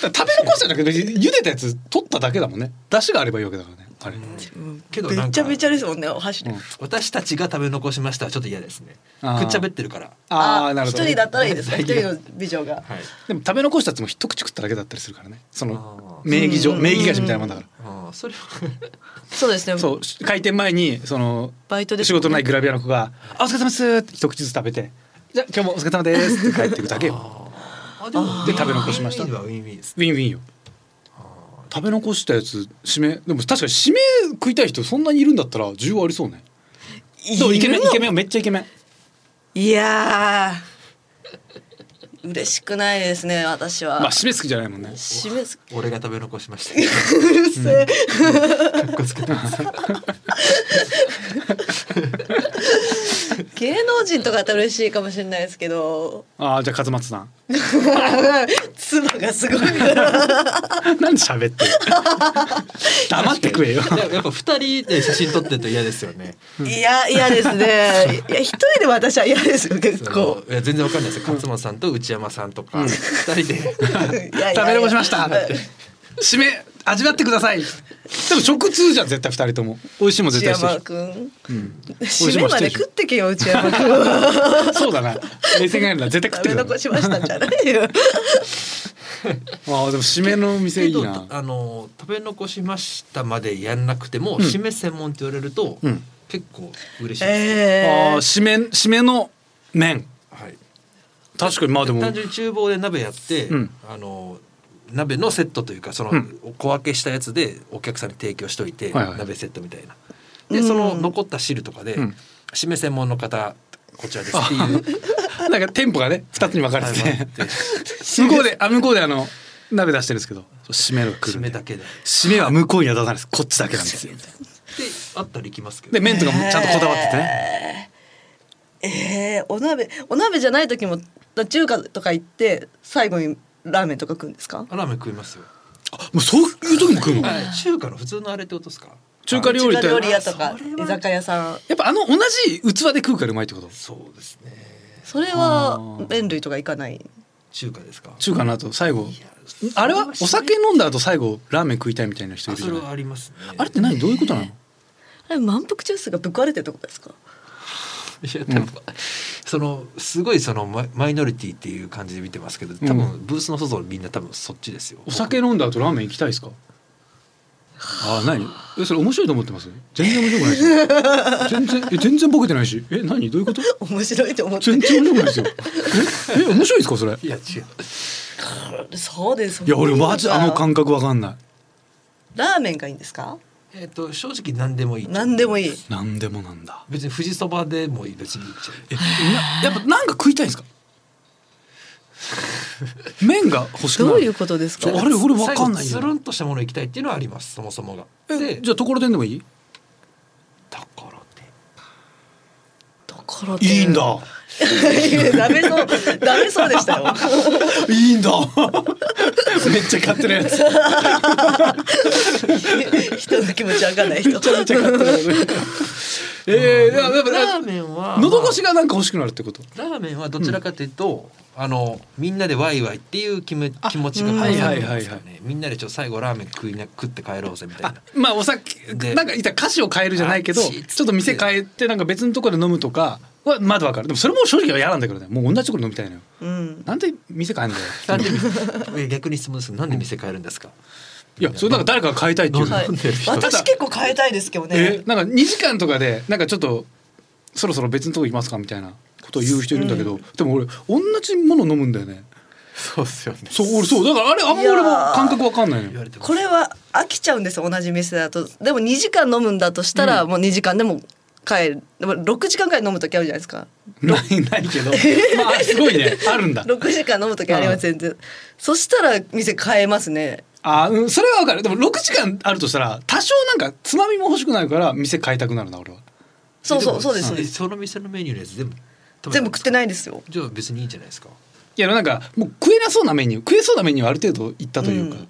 Speaker 3: 食べ残したんだけど茹でたやつ取っただけだもんね。出汁があればいいわけだからね。あれ。
Speaker 5: けどな
Speaker 4: め
Speaker 5: ん
Speaker 4: ちゃ
Speaker 5: か
Speaker 4: めちゃですもんねお箸で、
Speaker 3: うん
Speaker 5: 私たちが食べ残しましたはちょっと嫌ですね
Speaker 3: あー
Speaker 5: くっちゃべってるから
Speaker 3: ああなるほど。
Speaker 4: 一人だったらいいですね
Speaker 5: はい
Speaker 4: 一人の美女が
Speaker 5: はい
Speaker 3: でも食べ残したやつも一口食っただけだったりするからね。その
Speaker 5: あー
Speaker 3: 名義上名義返しみたいなもんだから。
Speaker 5: ああそれは
Speaker 4: そうですね
Speaker 3: そうし開店前にその
Speaker 4: バイトです
Speaker 3: 仕
Speaker 4: もんね
Speaker 3: 事のないグラビアの子が「あお疲れ様です」って一口ずつ食べて「じゃあ今日もお疲れ様です」って帰っていくだけ よ
Speaker 5: あでも
Speaker 3: で食べ残しました
Speaker 5: ウィンウィンはウィンウィンです
Speaker 3: ウィンウィンよ食べ残したやつ締めでも確かに締め食いたい人そんなにいるんだったら需要ありそうね
Speaker 4: い
Speaker 3: そうイケメン
Speaker 4: るの
Speaker 3: イケメンめっちゃイケメン
Speaker 4: いやー嬉しくないですね私は、
Speaker 3: まあ締め好きじゃないもんね
Speaker 4: 締めす
Speaker 5: 俺が食べ残し ました
Speaker 4: うるせえ、
Speaker 5: かっこつけてます
Speaker 4: 芸能人とかだったら嬉しいかもしれないですけど
Speaker 3: ああじゃあ勝松さん
Speaker 4: 妻がすごいから
Speaker 3: なんで喋ってる 黙ってくれよ
Speaker 5: でもやっぱ二人で写真撮ってると嫌ですよ ね
Speaker 4: いや嫌ですねいや一人で私は嫌ですよ結構
Speaker 5: そのいや全然わかんないですよ勝間さんと内山さんとか二
Speaker 4: い
Speaker 5: 人で
Speaker 4: やいやいや
Speaker 3: 食べ残しました
Speaker 4: はい
Speaker 3: 締め味わってくださいでも食通じゃん絶対二人とも美味しいもん絶
Speaker 4: 内
Speaker 3: 対してる
Speaker 4: 山くん
Speaker 3: 美味しいも
Speaker 4: 締め
Speaker 3: んし
Speaker 4: ま
Speaker 3: てる
Speaker 4: で
Speaker 3: し
Speaker 4: 食ってけよ 内山くんは
Speaker 3: そうだな冷静になるな絶対食っ
Speaker 4: 食
Speaker 3: て
Speaker 4: べ
Speaker 3: るだろ
Speaker 4: 残しましたじゃない よ
Speaker 3: ああでも締めの 店いいな
Speaker 5: けどあの食べ残しましたまでやんなくても、締め専門って言われると、
Speaker 3: うん
Speaker 5: 結構嬉しいです、
Speaker 3: あ
Speaker 4: え
Speaker 3: あ
Speaker 4: ー、
Speaker 3: 締め締めの麺
Speaker 5: はい
Speaker 3: 確かにまあでも
Speaker 5: 単純に厨房で鍋やって、
Speaker 3: うん
Speaker 5: あの鍋のセットというかその
Speaker 3: うん
Speaker 5: 小分けしたやつでお客さんに提供しといて、
Speaker 3: はいはい
Speaker 5: 鍋セットみたいな。でその残った汁とかで、
Speaker 3: うん
Speaker 5: 締め専門の方こちらですっていう
Speaker 3: なんか店舗がね二つに分かれて
Speaker 5: はいはい
Speaker 3: て向こうであ向こうであの鍋出してるんですけど そう締めが来る
Speaker 5: 締
Speaker 3: んで
Speaker 5: めだけで。で
Speaker 3: 締めは向こうには出さないですこっちだけなんですよ
Speaker 5: あったら行きますけど。
Speaker 3: で麺とかもちゃんとこだわっててね
Speaker 4: えー、お鍋お鍋じゃない時もだ中華とか行って最後にラーメンとか食うんですか
Speaker 5: あラーメン食いますよ。
Speaker 3: あもうそういう時も来るの
Speaker 5: はい中華の普通のあれってことですか。
Speaker 3: 中華料
Speaker 4: 中
Speaker 3: 理っ
Speaker 4: 華
Speaker 3: て
Speaker 4: 料
Speaker 3: や
Speaker 4: 理屋とか居酒屋さん
Speaker 3: っぱあの同じ器で食うからうまいってこと
Speaker 5: そうですね。
Speaker 4: それ
Speaker 3: あ
Speaker 4: は
Speaker 3: ー
Speaker 4: 麺類とか行かない
Speaker 5: 中華ですか。
Speaker 3: 中華の後最後
Speaker 5: いや
Speaker 3: あれはお酒飲んだ後最後ラーメン食いたいみたいな人い
Speaker 5: あ
Speaker 3: る
Speaker 5: そ
Speaker 3: じゃ
Speaker 5: れ
Speaker 3: な
Speaker 5: はいありますね。
Speaker 3: あれって何どういうことなの
Speaker 4: あれ満腹中枢がぶっ壊れてるってことですか
Speaker 5: いや多分、そのすごいそのマイマイノリティっていう感じで見てますけど、多
Speaker 3: う
Speaker 5: 分ブースの外みんな多分そっちですよ。
Speaker 3: お酒飲んだ後ラーメン行きたいですか。ああ、何、え、それ面白いと思ってます。全然面白くないですよ。全然、え、全然ボケてないし、え、何、どういうこと。
Speaker 4: 面白いと思って
Speaker 3: 全然面白くないですよ。え、え、面白いですか、それ。い
Speaker 5: いや違う。
Speaker 4: そうです
Speaker 3: や、俺、マジ、あの感覚わかんない。
Speaker 4: ラーメンがいいんですか
Speaker 5: えっ、と正直何でもいい。
Speaker 4: 何でもい
Speaker 5: い。
Speaker 4: い
Speaker 3: なんでもなんだ。
Speaker 5: 別に富士そばでもいい別にいいっちゃ
Speaker 3: え、なやっぱ、なんか食いたいんですか。麺が欲しくなる。
Speaker 4: どういうことです
Speaker 3: ち
Speaker 4: か
Speaker 3: ょあれ、俺、わかんないんだよ
Speaker 5: 最後つるんとしたもの行きたいっていうのはありますそもそもが。
Speaker 3: え
Speaker 5: で
Speaker 3: じゃあ、ところてんでもいい。
Speaker 5: だからって
Speaker 4: ところて
Speaker 3: いいんだ。
Speaker 4: いやダメそうダメそうでしたよ
Speaker 3: いいんだ。めっちゃ買ってるやつ。
Speaker 4: 気持ちわかんない人。
Speaker 3: めちゃ買って るええー、でもでも
Speaker 5: ラ
Speaker 3: な
Speaker 5: ーメンは
Speaker 3: 喉越しがなんか欲しくなるってこと。
Speaker 5: ラーメンはどちらかというと、あのみんなでワイワイっていう気め気持ちが
Speaker 4: うん
Speaker 5: 入るんですか
Speaker 3: はいはい
Speaker 5: ね。みんなでちょっと最後ラーメン食いな食って帰ろうぜみたいな。
Speaker 3: まあお酒
Speaker 5: で
Speaker 3: なんかいた歌詞を変えるじゃないけど
Speaker 5: あ
Speaker 3: ちょっと店変えてなんか別のところで飲むとかはまだわかるでもそれも正直は嫌なんだけどねもう同じところで飲みたいのよ
Speaker 4: うん。
Speaker 3: なんで店変えんだよ
Speaker 5: なんで え逆に質問ですけどなんで店変えるんですか。
Speaker 3: いやそれなんか誰かが変えたいっていう、
Speaker 4: はい
Speaker 5: 飲んでる。人
Speaker 4: 私結構変えたいですけどね
Speaker 3: え。なんか2時間とかでなんかちょっとそろそろ別のとこ行きますかみたいなことを言う人いるんだけど、でも俺同じもの飲むんだよね
Speaker 5: そうですよね。
Speaker 3: そう俺そうだからあれあんま俺も感覚わかんないの
Speaker 5: 言わ
Speaker 3: よ
Speaker 5: れてます
Speaker 4: これは飽きちゃうんですよ同じ店だと。でも2時間飲むんだとしたら、もう2時間でも帰る。でも6時間ぐらい飲む時あるじゃないですか。
Speaker 3: ないない けどまあすごいねある んだ
Speaker 4: 6時間飲む時あります全然。そしたら店変えますね。
Speaker 3: あうんそれはわかるでも6時間あるとしたら多少なんかつまみも欲しくなるから店変えたくなるな俺は
Speaker 4: そうそう
Speaker 5: も
Speaker 4: そうですそうです。
Speaker 5: その店のメニューのやつ全部
Speaker 4: 全部食って
Speaker 5: い。
Speaker 4: ないですよ。
Speaker 5: じゃあ別にいいんじゃないですか。
Speaker 3: いやなんかもう食えなそうなメニュー食えそうなメニューはある程度いったというか、
Speaker 4: うん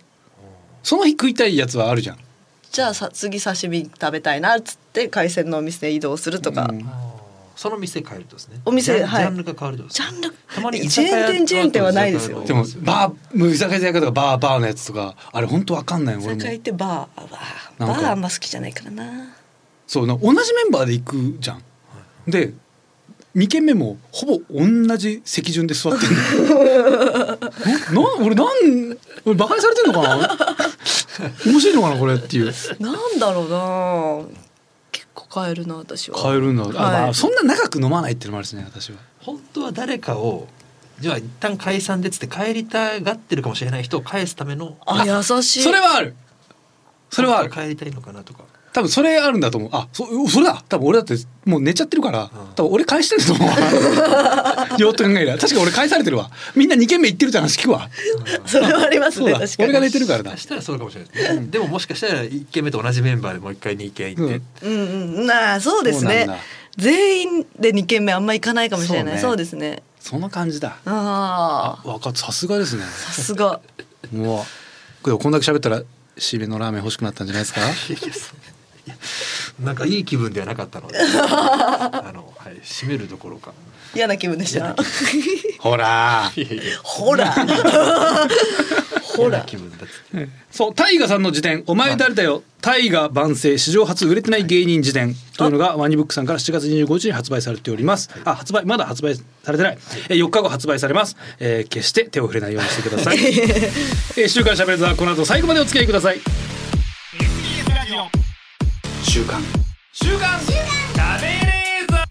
Speaker 3: その日食いたいやつはあるじゃん
Speaker 4: じゃあさ次刺身食べたいなっつって海鮮のお店移動するとか、
Speaker 3: うん
Speaker 5: その店変えるとですね。
Speaker 4: お店
Speaker 5: ジャン
Speaker 4: はい
Speaker 5: ジャンルが変わるってことですね。
Speaker 4: ジャンル
Speaker 5: たまに
Speaker 4: チェーン店チェーン店はないですよ
Speaker 3: でもバーもう居酒屋でやるとかバーバーのやつとかあれ本当わかんない俺
Speaker 4: 居
Speaker 3: も
Speaker 4: 酒屋行ってバーバ
Speaker 3: な
Speaker 4: ー
Speaker 3: ん
Speaker 4: バ
Speaker 3: か
Speaker 4: ーあんま好きじゃないからな
Speaker 3: そうな同じメンバーで行くじゃんで2軒目もほぼ同じ席順で座ってる のなな俺なん俺バカにされてんのかな 面白いのかなこれっていう
Speaker 4: なんだろうな結構変えるな私は
Speaker 3: 変えるんだ、あま
Speaker 4: は
Speaker 3: あ
Speaker 4: い
Speaker 3: そんな長く飲まないっていうのもあるしね私は
Speaker 5: 本当は誰かをじゃあ一旦解散でっつって帰りたがってるかもしれない人を返すための
Speaker 4: あ優しい
Speaker 3: それはあるそれはある
Speaker 5: 帰りたいのかなとか
Speaker 3: 多分それあるんだと思うあそそれだ多分俺だってもう寝ちゃってるから
Speaker 5: うん
Speaker 3: 多分俺返してると 思うわよーっと考えりゃ確か俺返されてるわみんな2軒目行ってるって話聞くわ
Speaker 4: それはあります
Speaker 3: そう
Speaker 4: ね
Speaker 3: だ
Speaker 4: 確かに
Speaker 3: 俺が寝てるからだ
Speaker 5: 出したらそうかもしれないですねでももしかしたら一軒目と同じメンバーでもう一回二軒行って、
Speaker 3: うん
Speaker 4: うんうんなあそうです
Speaker 3: そうな
Speaker 4: ね
Speaker 3: んだ
Speaker 4: 全員で二軒目あんま行かないかもしれない
Speaker 3: そ
Speaker 4: そうう,、
Speaker 3: ね
Speaker 4: ですね
Speaker 3: その感じだ
Speaker 4: ああ
Speaker 3: わかっさすがですね
Speaker 4: さすが
Speaker 3: もうこれこんだけ喋ったら締めのラーメン欲しくなったんじゃないですか
Speaker 5: いやいやそういやなんかいい気分ではなかった のであの、はい、閉めるどころか
Speaker 4: 嫌な気分でし
Speaker 5: 嫌な
Speaker 4: た
Speaker 5: 気
Speaker 3: ほら
Speaker 5: いやいや
Speaker 4: ほらほ
Speaker 5: 嫌な
Speaker 4: ら
Speaker 5: 気分だっつって
Speaker 3: そう、タイガさんの辞典、お前誰だよ、タイガ万世史上初売れてない芸人辞典というのがワニブックさんから7月25日に発売されております。あ、発売、まだ発売されてない。えー、4日後発売されます。えー決して手を触れないようにしてください。えー、週刊しゃべれずはこの後最後までお付き合いください。
Speaker 2: TBS ラジオ
Speaker 1: 週刊
Speaker 2: 食べレーザ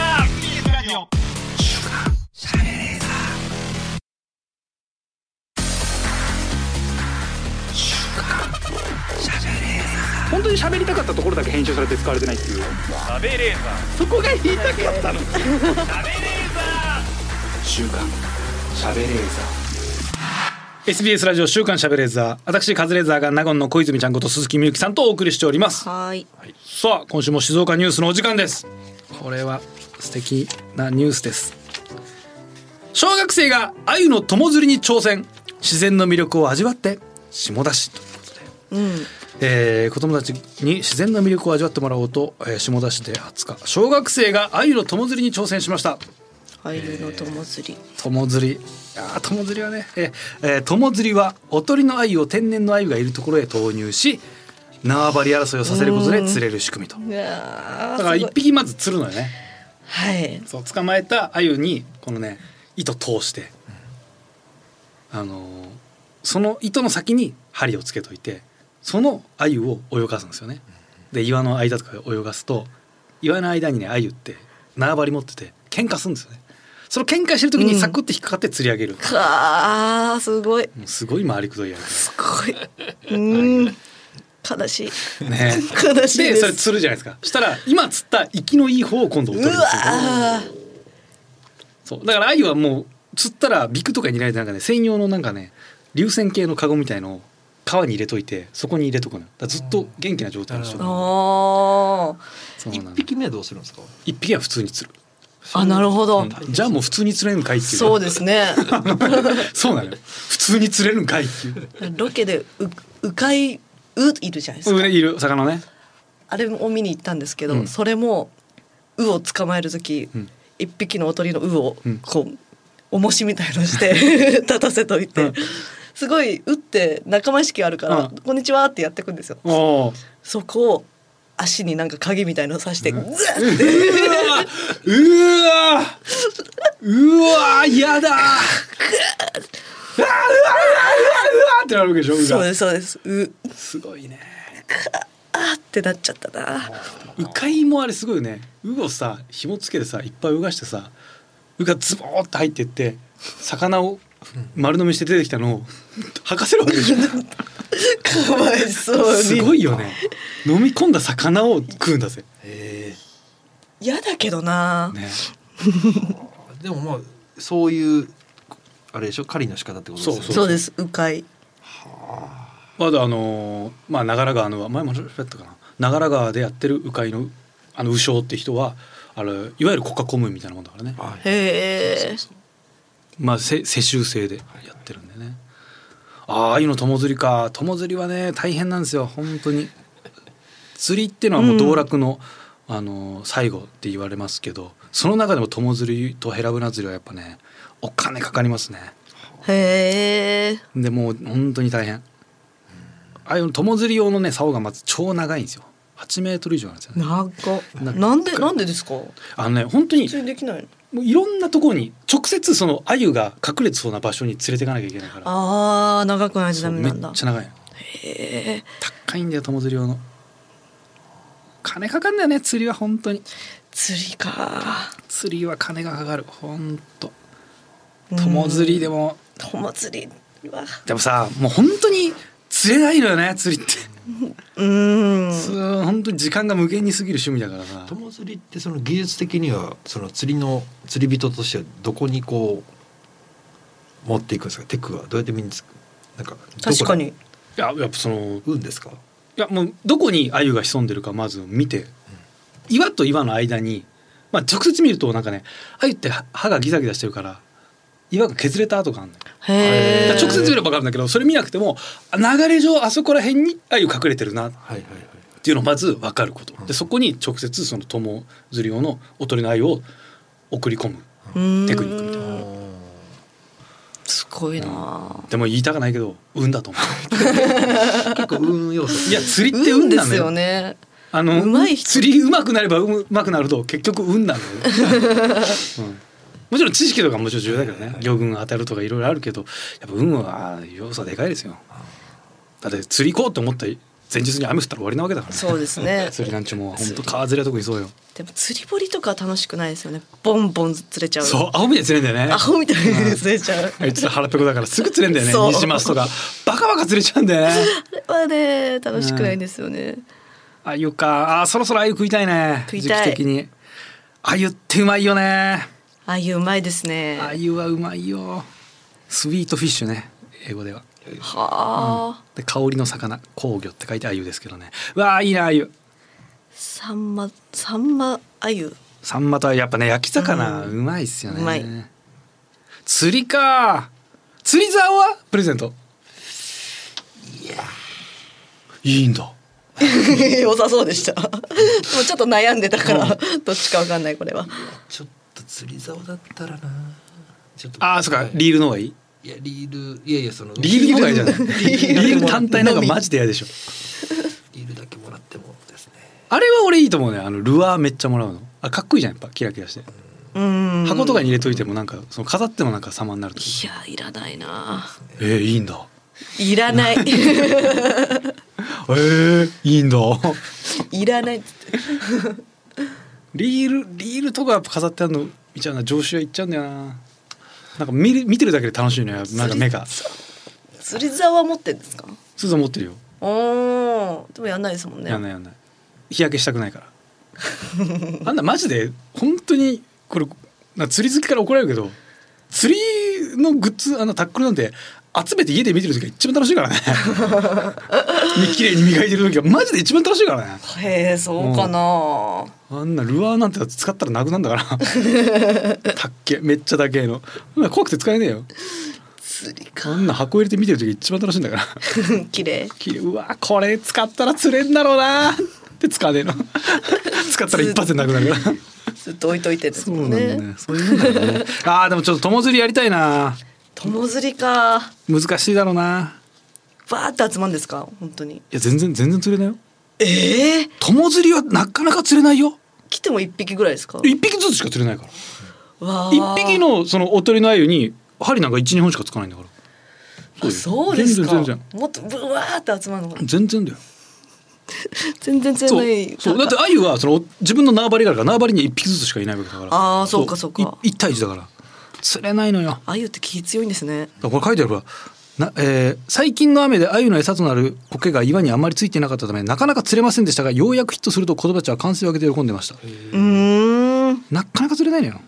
Speaker 2: ー TBS ラジオ
Speaker 1: 本当に喋りたかったところだけ編集されて使われてないっていう
Speaker 2: 食べレーザー
Speaker 1: そこが言いたかったの
Speaker 2: 食べレーザ
Speaker 1: 週刊喋れーザ
Speaker 3: SBS ラジオ週刊しゃべれーザー、私カズレーザーが納言の小泉ちゃんこと鈴木みゆきさんとお送りしております。
Speaker 4: はい
Speaker 3: さあ、今週も静岡ニュースのお時間です。これは素敵なニュースです。小学生が鮎の友釣りに挑戦自然の魅力を味わって下田市ということで、えー子供たちに自然の魅力を味わってもらおうと、えー下田市で20日小学生が鮎の友釣りに挑戦しました
Speaker 4: 入るの友釣り
Speaker 3: 友釣りあー友釣りはねえーえー友釣りはおとりの鮎を天然の鮎がいるところへ投入し縄張り争いをさせることで釣れる仕組みと
Speaker 4: うわ
Speaker 3: だ
Speaker 4: あ
Speaker 3: から
Speaker 4: すご
Speaker 3: 一
Speaker 4: い
Speaker 3: 匹まず釣るのよね
Speaker 4: はい
Speaker 3: そう捕まえた鮎にこのね糸通して、あのーその糸の先に針をつけといてその鮎を泳がすんですよね。で岩の間とか泳がすと岩の間にね鮎って縄張り持ってて喧嘩するんですよね。その喧嘩してる時に
Speaker 4: うん
Speaker 3: サクって引っかかって釣り上げる。
Speaker 4: かあすごい
Speaker 3: もうすごい回りくどいやり
Speaker 4: すごい。うん。悲しい。
Speaker 3: 方ね
Speaker 4: 悲しい
Speaker 3: で
Speaker 4: で
Speaker 3: それ
Speaker 4: す。
Speaker 3: 釣るじゃないですかしたら今釣った生きのいい方を今度お
Speaker 4: う
Speaker 3: 取り
Speaker 4: わ
Speaker 3: にする
Speaker 4: ー
Speaker 3: そうだからアユはもう釣ったらビクとかに入れられてなんかね専用のなんかね流線形のカゴみたいのを川に入れといてそこに入れとくのよだからずっと元気な状態にしとくの
Speaker 4: あ
Speaker 3: そうな
Speaker 5: 一
Speaker 3: の
Speaker 5: 匹目はどうするんですか
Speaker 3: 一匹は普通に釣る、
Speaker 4: ー。あ、なるほど。
Speaker 3: じゃあもう普通に釣れるんかいっていう
Speaker 4: そうですね。
Speaker 3: そうなのよ普通に釣れるんかいっていう
Speaker 4: ロケでう迂回迂ういるじゃないですか。
Speaker 3: 上にいる魚ね
Speaker 4: あれを見に行ったんですけど、
Speaker 3: うん
Speaker 4: それもウを捕まえる時、
Speaker 3: うん
Speaker 4: 一匹のおとりのウを
Speaker 3: うん
Speaker 4: こう重しみたいのして 立たせといて、
Speaker 3: うん
Speaker 4: すごいウって仲間意識あるから、
Speaker 3: うん
Speaker 4: こんにちはってやってくんですよ。
Speaker 3: おー
Speaker 4: そこを足になんか鍵みたいの刺して、グッ
Speaker 3: うわうわやだーうわうわうわうわうわってなるわけでしょ
Speaker 4: そう
Speaker 3: う
Speaker 4: ですそうですう
Speaker 3: すごいね
Speaker 4: あってなっちゃった な
Speaker 3: うかいもあれすごいよねうをさ紐つけてさいっぱいうがしてさうがズボーって入ってって魚を丸飲みして出てきたのを吐かせるわけでしょ
Speaker 4: かわいそうに
Speaker 3: すごいよね飲み込んだ魚を食うんだぜ
Speaker 5: え
Speaker 4: 嫌だけどな、
Speaker 3: ね
Speaker 5: ーでもまあそういうあれでしょ狩りの仕方ってことですよね
Speaker 3: そう
Speaker 4: そうです迂回
Speaker 3: まだあのーまあ長良川の前も喋ったかな長良川でやってる鵜飼いのあの鵜匠って人はあれいわゆる国家公務員みたいなもんだからね
Speaker 5: はい
Speaker 4: へえ
Speaker 3: まあせ世襲制でやってるんでね、ああああいうの友釣りか友釣りはね大変なんですよ本当に釣りっていうのはもう道楽の、あのー最後って言われますけどその中でも友釣りとヘラブナ釣りはやっぱねお金かかりますね
Speaker 4: へえ
Speaker 3: でもう本当に大変ああいうの友釣り用のね竿がまず超長いんですよ8メートル以上なんですよね
Speaker 4: なんか
Speaker 3: な
Speaker 4: なんでなんでですか
Speaker 3: あのね本当に
Speaker 4: 普通にできないの
Speaker 3: もういろんなところに直接その鮎が隠れてそうな場所に連れていかなきゃいけないから
Speaker 4: あー長くないと
Speaker 3: そ
Speaker 4: ダ
Speaker 3: う
Speaker 4: メ
Speaker 3: め
Speaker 4: な
Speaker 3: っ
Speaker 4: んだ
Speaker 3: ちゃ長いの
Speaker 4: へえ
Speaker 3: 高いんだよ友釣り用の金かかんだよね釣りは本当に
Speaker 4: 釣りか
Speaker 3: 釣りは金がかかる本当友釣りで
Speaker 4: も
Speaker 3: も
Speaker 4: 友釣りは
Speaker 3: でもさもう本当に釣れないのよね釣りって、
Speaker 4: うーん
Speaker 3: そう本当に時間が無限に過ぎる趣味だからさ
Speaker 5: 友釣りってその技術的にはその釣りの釣り人としてはどこにこう持っていくんですかテクはどうやって身につくなんかど
Speaker 4: 確
Speaker 5: こ
Speaker 4: か
Speaker 5: で
Speaker 4: に
Speaker 3: いややっぱその
Speaker 5: 運ですか
Speaker 3: いやもうどこに鮎が潜んでるかまず見て岩と岩の間に、まあ、直接見るとなんかね鮎って歯歯がギザギザしてるから岩が削れた跡があるのよ
Speaker 4: へ
Speaker 3: だ
Speaker 4: え
Speaker 3: から直接見れば分かるんだけどそれ見なくてもあ流れ上あそこら辺に鮎隠れてるなっ
Speaker 5: はいはいはい
Speaker 3: ていうのをまず分かること
Speaker 5: うん
Speaker 3: でそこに直接その友釣り用のおとりの鮎を送り込むテクニックみたい
Speaker 4: なすごいな
Speaker 3: でも言いたくないけど運だと思
Speaker 5: 結構運要素
Speaker 3: ういや釣りって
Speaker 4: 運
Speaker 3: 運
Speaker 4: で
Speaker 3: なの
Speaker 4: す
Speaker 3: よ
Speaker 4: よね
Speaker 3: あの
Speaker 4: 上手い人
Speaker 3: 釣り上手くなれば上手くなると結局運 なんだよね、うんもちろん知識とかももちろん重要だけどね魚群当たるとかいろいろあるけどやっぱ運は要素はでかいですよだって釣り行こうと思った前日に雨降ったら終わりなわけだからね
Speaker 4: そうです ね
Speaker 3: 釣りなんちゅうもんは本当川釣りは特にそうよ
Speaker 4: でも釣り堀とか楽しくないですよねボンボン釣れちゃう
Speaker 3: そう青みで釣れん だよね
Speaker 4: アホみたいに釣れ ちゃう
Speaker 3: あいつら腹ペコだからすぐ釣れんだよ
Speaker 4: そう
Speaker 3: ねニジマスとかバカバカ釣れちゃうんだよね
Speaker 4: あれはね楽しくないんですよね、
Speaker 3: あゆかあそろそろあゆ食いたいね
Speaker 4: 食いた
Speaker 3: 時
Speaker 4: い
Speaker 3: 期的にあゆってうまいよね
Speaker 4: ああいううまいですね
Speaker 3: あゆはうまいよスイートフィッシュね英語では
Speaker 4: はあ、
Speaker 3: で香りの魚香魚って書いてあゆですけどねうわあいいなあゆ
Speaker 4: サンマサンマあゆ
Speaker 3: サンマとはやっぱね焼き魚うまいっすよね、
Speaker 4: うまい
Speaker 3: 釣りか釣り竿はプレゼントいいんだ
Speaker 4: 良さそうでしたでもちょっと悩んでたから、どっちかわかんないこれは
Speaker 5: ちょっと釣り竿だったらなちょっと
Speaker 3: あーそっ
Speaker 5: は
Speaker 3: か
Speaker 5: い
Speaker 3: リールの方がいい
Speaker 5: いやリールいやいやその
Speaker 3: リールの方がいいじゃないリール単体なんかマジで嫌でしょ
Speaker 5: リールだけもらってもですね
Speaker 3: あれは俺いいと思うねあのルアーめっちゃもらうのあかっこいいじゃんやっぱキラキラして
Speaker 4: うん
Speaker 3: 箱とかに入れといてもなんかその飾ってもなんか様になると
Speaker 4: いやいらないな
Speaker 3: えー、いいんだ
Speaker 4: いら ない
Speaker 3: えー、いいんだ
Speaker 4: いらない
Speaker 3: リールリールとかやっぱ飾ってあるの見ちゃうな上手はいっちゃうんだよななんか見る見てるだけで楽しいのよなんか目がス
Speaker 4: 釣り竿は持ってんですか
Speaker 3: ーザ持ってるよ、
Speaker 4: おーでもやんないですもんね
Speaker 3: やんないやんない日焼けしたくないから あんなマジで本当にこれなんか釣り好きから怒られるけど釣りのグッズあのタックルなんて集めて家で見てる時が一番楽しいからね綺麗に磨いてる時がマジで一番楽しいからね
Speaker 4: へえそうかな、
Speaker 3: あんなルアーなんて使ったら なくなんだから。たっけ、めっちゃ高えの。あんな怖くて使えねえよ。
Speaker 4: 釣り
Speaker 3: こ
Speaker 4: か
Speaker 3: んな箱入れて見てる時一番楽しいんだから
Speaker 4: 綺麗
Speaker 3: きれいうわこれ使ったら釣れんだろうなって使わ ねえの使ったら一発でなくなるから
Speaker 4: ずっと置いといてです
Speaker 3: そ
Speaker 4: も
Speaker 3: うんなんだ
Speaker 4: ね
Speaker 3: ねそういうもんだねあーでもちょっと友釣りやりたいな
Speaker 4: 友釣りか
Speaker 3: 難しいだろうな
Speaker 4: バーって集まるんですか本当に
Speaker 3: いや全然全然釣れないよ
Speaker 4: ええー、
Speaker 3: 友釣りはなかなか釣れないよ
Speaker 4: 来ても一匹ぐらいですか
Speaker 3: 一匹ずつしか釣れないから
Speaker 4: わ
Speaker 3: 一匹のそのおとりの鮎に針なんか一二本しかつかないんだから
Speaker 4: あそうですか
Speaker 3: 全然
Speaker 4: もっとぶわーって集まるのかな
Speaker 3: 全然全然だよ
Speaker 4: 全然釣
Speaker 3: そ
Speaker 4: れな
Speaker 3: う
Speaker 4: い
Speaker 3: そうだって鮎はその自分の縄張りがあるから縄張りに一匹ずつしかいないわけだから
Speaker 4: あーそうかそうか
Speaker 3: い一対一だから釣れないのよ
Speaker 4: あゆって気強いんですね
Speaker 3: これ書いてあるからな、えー最近の雨で鮎の餌となる苔が岩にあまりついていなかったためなかなか釣れませんでしたがようやくヒットすると子供たちは歓声を上げて喜んでました
Speaker 4: うーんな
Speaker 3: なかなか釣れないのよ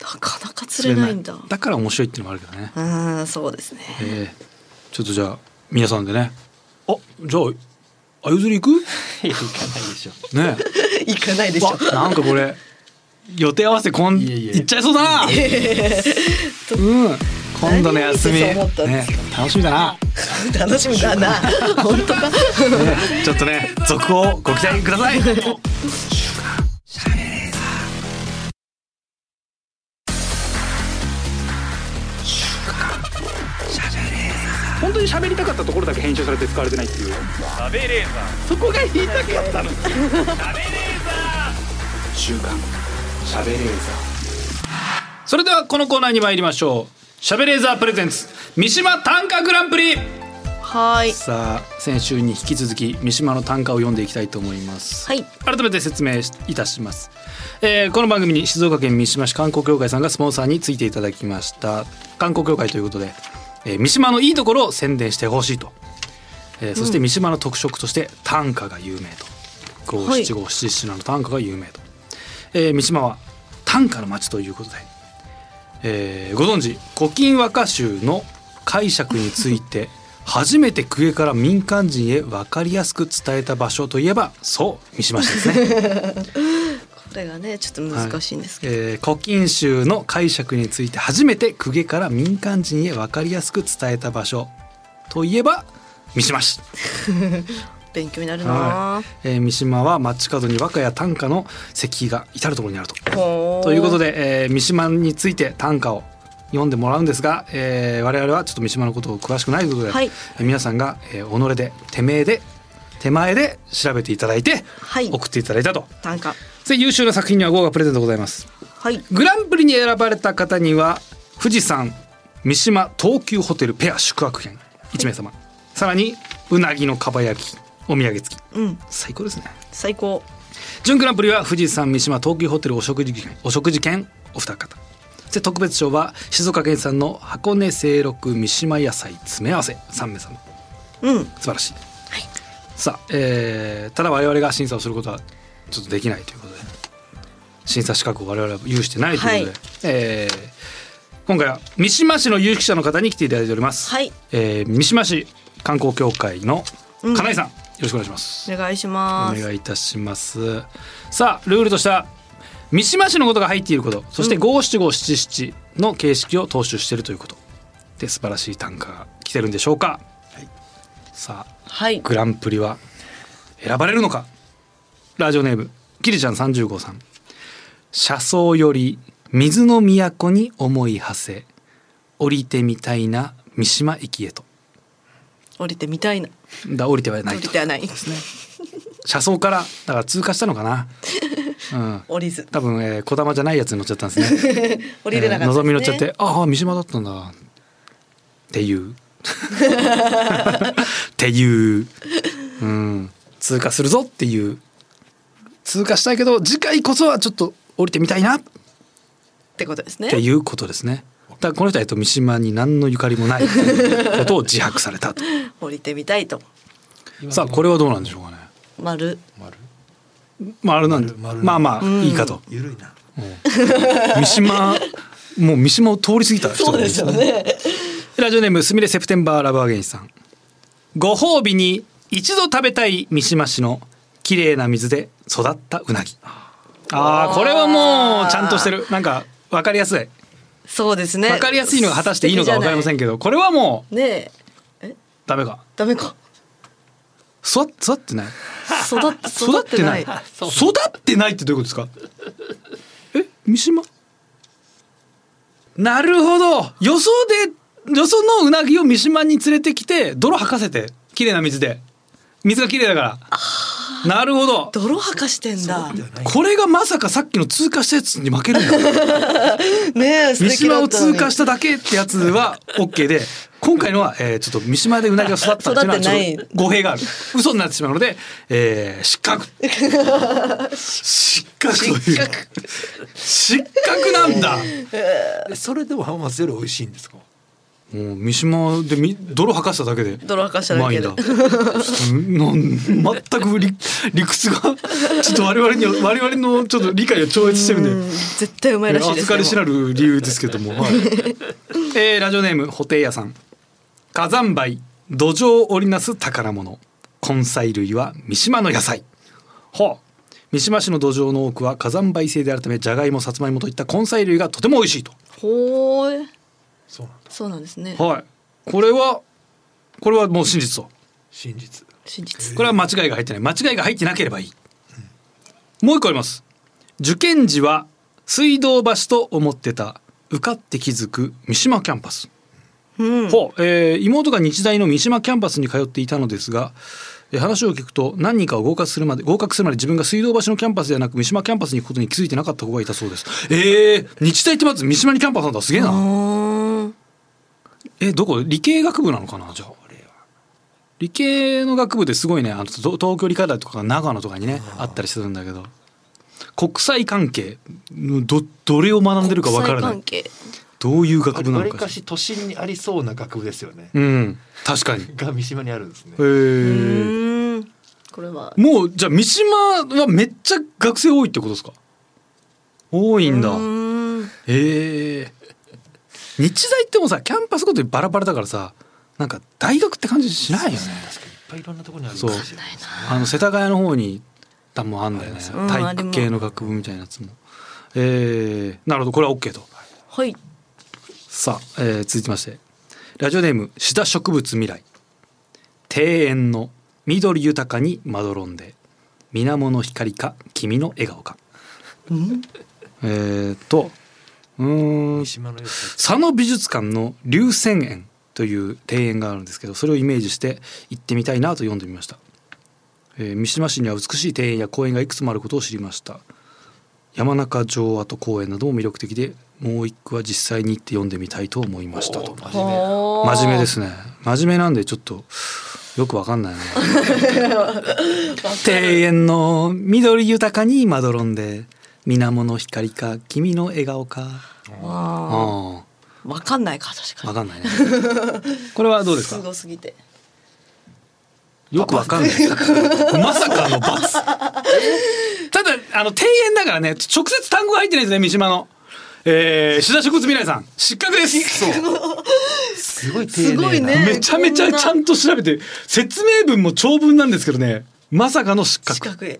Speaker 4: かなか釣れないんだ
Speaker 3: だから面白いっていうのもあるけどね、
Speaker 4: ああそうですね
Speaker 3: えーちょっとじゃあ皆さんでねあじゃあ鮎釣り行く
Speaker 5: いや行かないでしょ
Speaker 3: ねえ
Speaker 4: 行かないでしょ
Speaker 3: わなんかこれ予定合わせこん
Speaker 5: いえいえ
Speaker 3: 行っちゃいそう だな。うん。今度の休み、
Speaker 4: 何を言ってそう思ったんで
Speaker 3: ね
Speaker 4: すか、
Speaker 3: 楽しみだな、
Speaker 4: 楽しみだな 本当か
Speaker 3: ねちょっとね続報をご期待くだ さい
Speaker 1: 本当に喋りたかったところだけ編集されて使われてないっていうそこが言いたかったの週刊しゃべレーザー
Speaker 3: それではこのコーナーに参りましょうしゃべレーザープレゼンツ三島短歌グランプリ
Speaker 4: はい
Speaker 3: さあ先週に引き続き三島の短歌を読んでいきたいと思います
Speaker 4: はい
Speaker 3: 改めて説明いたします、えーこの番組に静岡県三島市観光協会さんがスポンサーについていただきました観光協会ということで、えー三島のいいところを宣伝してほしいと、えーそして三島の特色として短歌が有名と五
Speaker 4: はい
Speaker 3: 七五七七の短歌が有名と、えー三島は短歌の町ということで、えーご存知「古今和歌集」の解釈につい て初めて公家から民間人へ分かりやすく伝えた場所といえばそう三島市ですね。
Speaker 4: これがねちょっと難しいんですけど、
Speaker 3: えー古今集の解釈について初めて公家から民間人へ分かりやすく伝えた場所といえば三島市、
Speaker 4: 勉強になるな
Speaker 3: はい
Speaker 4: ー、
Speaker 3: えー三島は街角に和歌や短歌の石碑が至る所にあると。
Speaker 4: ほー
Speaker 3: ということで、えー三島について短歌を読んでもらうんですが、えー我々はちょっと三島のことを詳しくないということで、
Speaker 4: はい
Speaker 3: えー皆さんが、えー己で手名で手前で調べていただいて、
Speaker 4: はい
Speaker 3: 送っていただいたと。
Speaker 4: 短歌
Speaker 3: で優秀な作品には豪華プレゼントございます。
Speaker 4: はい
Speaker 3: グランプリに選ばれた方には富士山三島東急ホテルペア宿泊券1名様、さらにうなぎのかば焼きお土産付き
Speaker 4: うん
Speaker 3: 最高ですね
Speaker 4: 最高
Speaker 3: 準グランプリは富士山三島東急ホテルお食事券お食事券お二方そして特別賞は静岡県産の箱根清六三島野菜詰め合わせ3名様
Speaker 4: うん
Speaker 3: 素晴らしい、さあ、えーただ我々が審査をすることはちょっとできないということで審査資格を我々は有してないということで、
Speaker 4: はい
Speaker 3: えー今回は三島市の有識者の方に来ていただいております、
Speaker 4: はい
Speaker 3: えー三島市観光協会の金井さん、よろしくお願いします
Speaker 4: お願いし
Speaker 3: お
Speaker 4: ます
Speaker 3: 願いいたしますさあルールとしては三島市のことが入っていることそして五七五七七の形式を踏襲しているということで素晴らしい短歌が来てるんでしょうか、さあ
Speaker 4: はい
Speaker 3: グランプリは選ばれるのかラジオネームキリちゃん30号さん車窓より水の都に思い馳せ降りてみたいな三島駅へと
Speaker 4: 降りてみたいな
Speaker 3: だ降りて はな
Speaker 4: 降
Speaker 3: い
Speaker 4: り
Speaker 3: と
Speaker 4: てはない
Speaker 3: 車窓からだから通過したのかな、うん、
Speaker 4: 降りず
Speaker 3: 多分、えー、小玉じゃないやつに乗っちゃったんですね
Speaker 4: 降りれな
Speaker 3: えー
Speaker 4: かったですね
Speaker 3: のぞみ乗っちゃってああ三島だったんだっていう っていう、うん、通過するぞっていう通過したいけど次回こそはちょっと降りてみたいなっ
Speaker 4: ってことですね
Speaker 3: ていうことですねだからこの人はえっと三島に何のゆかりもないことを自白され たと
Speaker 4: 降りてみたいと
Speaker 3: さあこれはどうなんでしょうかね
Speaker 4: 丸
Speaker 5: 丸
Speaker 3: まああれなんで
Speaker 5: 丸々
Speaker 3: まあまあいいかと、
Speaker 5: ゆるいな
Speaker 3: 三島もう三島を通り過ぎた人
Speaker 4: そうですよね
Speaker 3: ラジオネームすみれセプテンバーラブアゲインさんご褒美に一度食べたい三島市の綺麗な水で育ったうなぎあーこれはもうちゃんとしてるなんかわかりやすい
Speaker 4: そうですね
Speaker 3: わかりやすいのが果たしていいのかわかりませ
Speaker 4: ん
Speaker 3: んけど、これはもう
Speaker 4: ねえ
Speaker 3: ダメか。
Speaker 4: ダメか
Speaker 3: 育っ育ってない。
Speaker 4: 育 っ育ってない
Speaker 3: 育育ってないってどういうことですか。え、三島。なるほど。よそで、よそのうなぎを三島に連れてきて、泥吐かせて、綺麗な水で。水が綺麗だから。なるほど。
Speaker 4: 泥はかしてんだ
Speaker 3: これがまさかさっきの通過したやつに負けるんだ。
Speaker 4: ねえ素
Speaker 3: 三
Speaker 4: 敵だ
Speaker 3: 島
Speaker 4: っ
Speaker 3: を
Speaker 4: たのに
Speaker 3: 通過しただけってやつは OK で今回のは、えーちょっと三島でうなぎが育ったっていうのは
Speaker 4: 育ってない
Speaker 3: ちょっと語弊がある嘘になってしまうので、えー失格失格という失格なんだ
Speaker 5: えそれでも浜松より美味しいんですか
Speaker 3: もう三島でみ泥吐かしただけで
Speaker 4: 泥はかしただけで
Speaker 3: うまいんだうんなん全く理理屈がちょっと我々には我々のちょっと理解を超越してるんで、
Speaker 4: うん絶対うまいらしいです
Speaker 3: 扱い知ら
Speaker 4: よ
Speaker 3: る理由ですけ ども、はいえーラジオネームホテイヤさん火山灰土壌を織りなす宝物根菜類は三島の野菜ほう三島市の土壌の多くは火山灰性であるためじゃがいもさつまいもといった根菜類がとても美味しいと
Speaker 4: ほーい
Speaker 5: そうなんだ
Speaker 4: そうなんですね
Speaker 3: はいこれはこれはもう真実と
Speaker 5: 真実
Speaker 4: 真実
Speaker 3: これは間違いが入ってない間違いが入ってなければいい、もう一個あります受験時は水道橋と思ってた受かって気づく三島キャンパス、
Speaker 4: うん
Speaker 3: ほうえー妹が日大の三島キャンパスに通っていたのですがえー話を聞くと何人かを合格するまで合格するまで自分が水道橋のキャンパスではなく三島キャンパスに行くことに気づいてなかった子がいたそうですえー、日大ってまず三島にキャンパスなんだすげえな
Speaker 4: あ
Speaker 3: えどこ理系学部なのかなじゃあ理系の学部ですごいねあの東東京理科大とか長野とかにねあったりするんだけど国際関係のどどれを学んでるかわからない
Speaker 4: 国際関係
Speaker 3: どういう
Speaker 5: あ
Speaker 3: 学
Speaker 5: れ
Speaker 3: 部なの
Speaker 5: わり
Speaker 3: か
Speaker 5: かし都心にありそうな学部ですよね、
Speaker 3: うん確かにへ
Speaker 5: が三島にあるんですね
Speaker 4: う
Speaker 3: え
Speaker 4: ーんこれは
Speaker 3: もうじゃあ三島はめっちゃ学生多いってことですか多いんだ
Speaker 4: うーん
Speaker 3: へえ日大ってもさキャンパスごとにバラバラだからさなんか大学って感じしないよね
Speaker 5: 確かにいっぱいいろんなところにあるかもしれないですね
Speaker 3: あの世田谷の方に多分あんだよね
Speaker 5: あり
Speaker 4: ます
Speaker 3: 体育系の学部みたいなやつも、えー、なるほどこれは OK と
Speaker 4: はい
Speaker 3: さあ、えー続きましてラジオネーム「シダ植物未来」庭園の緑豊かにまどろんで水面の光か君の笑顔かえー、っとうーん
Speaker 5: 三島の良さ
Speaker 3: 佐野美術館の龍泉園という庭園があるんですけどそれをイメージして行ってみたいなと読んでみました、えー三島市には美しい庭園や公園がいくつもあることを知りました山中城跡公園なども魅力的でもう一句は実際に行って読んでみたいと思いましたと
Speaker 5: 真面目
Speaker 4: 真
Speaker 3: 真面目ですすね真面目なんでちょっとよくわかん ないな庭園の緑豊かにまどろんで水面の光か君の笑顔か
Speaker 4: わ
Speaker 3: ああ
Speaker 4: かんないか確か
Speaker 3: わ
Speaker 4: に
Speaker 3: かんないね。これはどうです
Speaker 4: す
Speaker 3: か。
Speaker 4: ごすぎて
Speaker 3: よくわ かんない。まさかの罰。ただあの庭園だからね、直接単語が入ってないですね、三島の。えー、志田植物未来さん失格です。
Speaker 5: すごい丁
Speaker 4: す
Speaker 5: 寧な
Speaker 4: ごいね
Speaker 3: めちゃめちゃちゃんと調べて説明文も長文なんですけどね、まさかの失
Speaker 4: 四
Speaker 3: 格。
Speaker 4: 角いや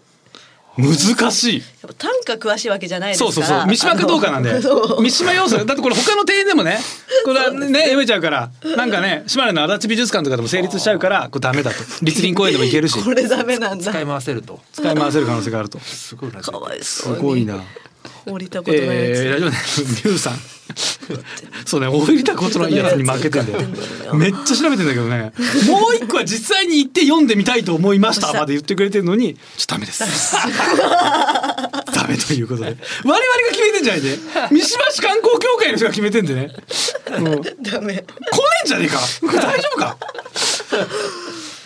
Speaker 3: 難しい。
Speaker 4: っぱ短歌詳しいわけじゃないですか
Speaker 3: そう
Speaker 4: ら
Speaker 3: そうそう三島かどうかなんで
Speaker 4: あのそう
Speaker 3: 三島要素だってこれ他の庭園でもねこれはね読めちゃうからなんかね島根の足立美術館とかでも成立しちゃうからこれダメだと栗林公園でも行けるし
Speaker 4: これダメなんだ
Speaker 5: 使い回せると
Speaker 3: 使い回せる可能性があると。す
Speaker 5: すごいな
Speaker 4: かわいそうに
Speaker 3: ごいな。
Speaker 4: 降りたことないやつ、
Speaker 3: えー、ラジオネームリュウさん。そうね、降りたことないやつに負けてんだよ。めっちゃ調べてんだけどね。もう一個は実際に行って読んでみたいと思いました。まで言ってくれてるのに、ちょっとダメです。ダメということで。我々が決めてんじゃないで。三島市観光協会の人が決めてんでね。もう
Speaker 4: ダメ
Speaker 3: 来ねえんじゃねえかこれ大丈夫か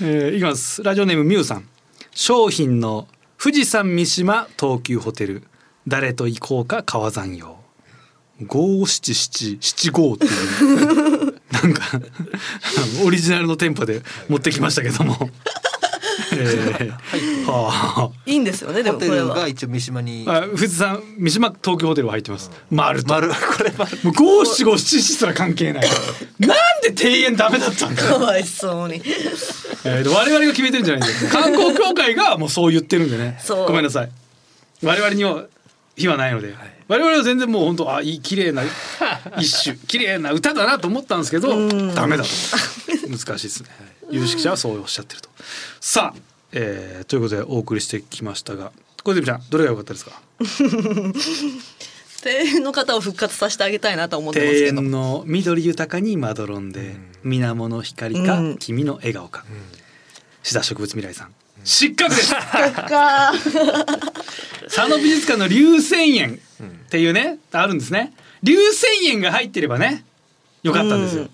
Speaker 3: えー、いきますラジオネームみゆさん商品の富士山三島東急ホテル誰と行こうか川山用五七七七五っていうなんかあのオリジナルの店舗で持ってきましたけどもえーはい
Speaker 4: いんですよねで
Speaker 5: ホ
Speaker 4: もこ
Speaker 5: テ
Speaker 4: れ
Speaker 5: ルが
Speaker 4: は
Speaker 5: 一応三島に
Speaker 3: ああ富士山三島東京ホテルは入ってます丸と
Speaker 5: 丸これ丸
Speaker 3: もう五七五七七すら関係ないなんで庭園ダメだったんだよ
Speaker 4: かわいそうに
Speaker 3: えーと、我々が決めてるん じゃないんで観光協会がもうそう言ってるんでね
Speaker 4: そう
Speaker 3: ごめんなさい我々には日はないので、我々は全然もう本当あいい綺 麗な一首綺麗な歌だなと思ったんですけど
Speaker 4: うん
Speaker 3: ダメだと難しいですね有識者はそうおっしゃってるとさあ、えーということでお送りしてきましたが小泉ちゃんどれが良かったですか
Speaker 4: 庭園の方を復活させてあげたいなと思ってます
Speaker 3: 庭
Speaker 4: けど
Speaker 3: 園の緑豊かにまどろんで、水面の光か、
Speaker 4: うん
Speaker 3: 君の笑顔か、志田植物未来さん、失格です
Speaker 4: か
Speaker 3: 佐野美術館の流泉園っていうねあるんですね流泉園が入ってればねよかったんですよ、うん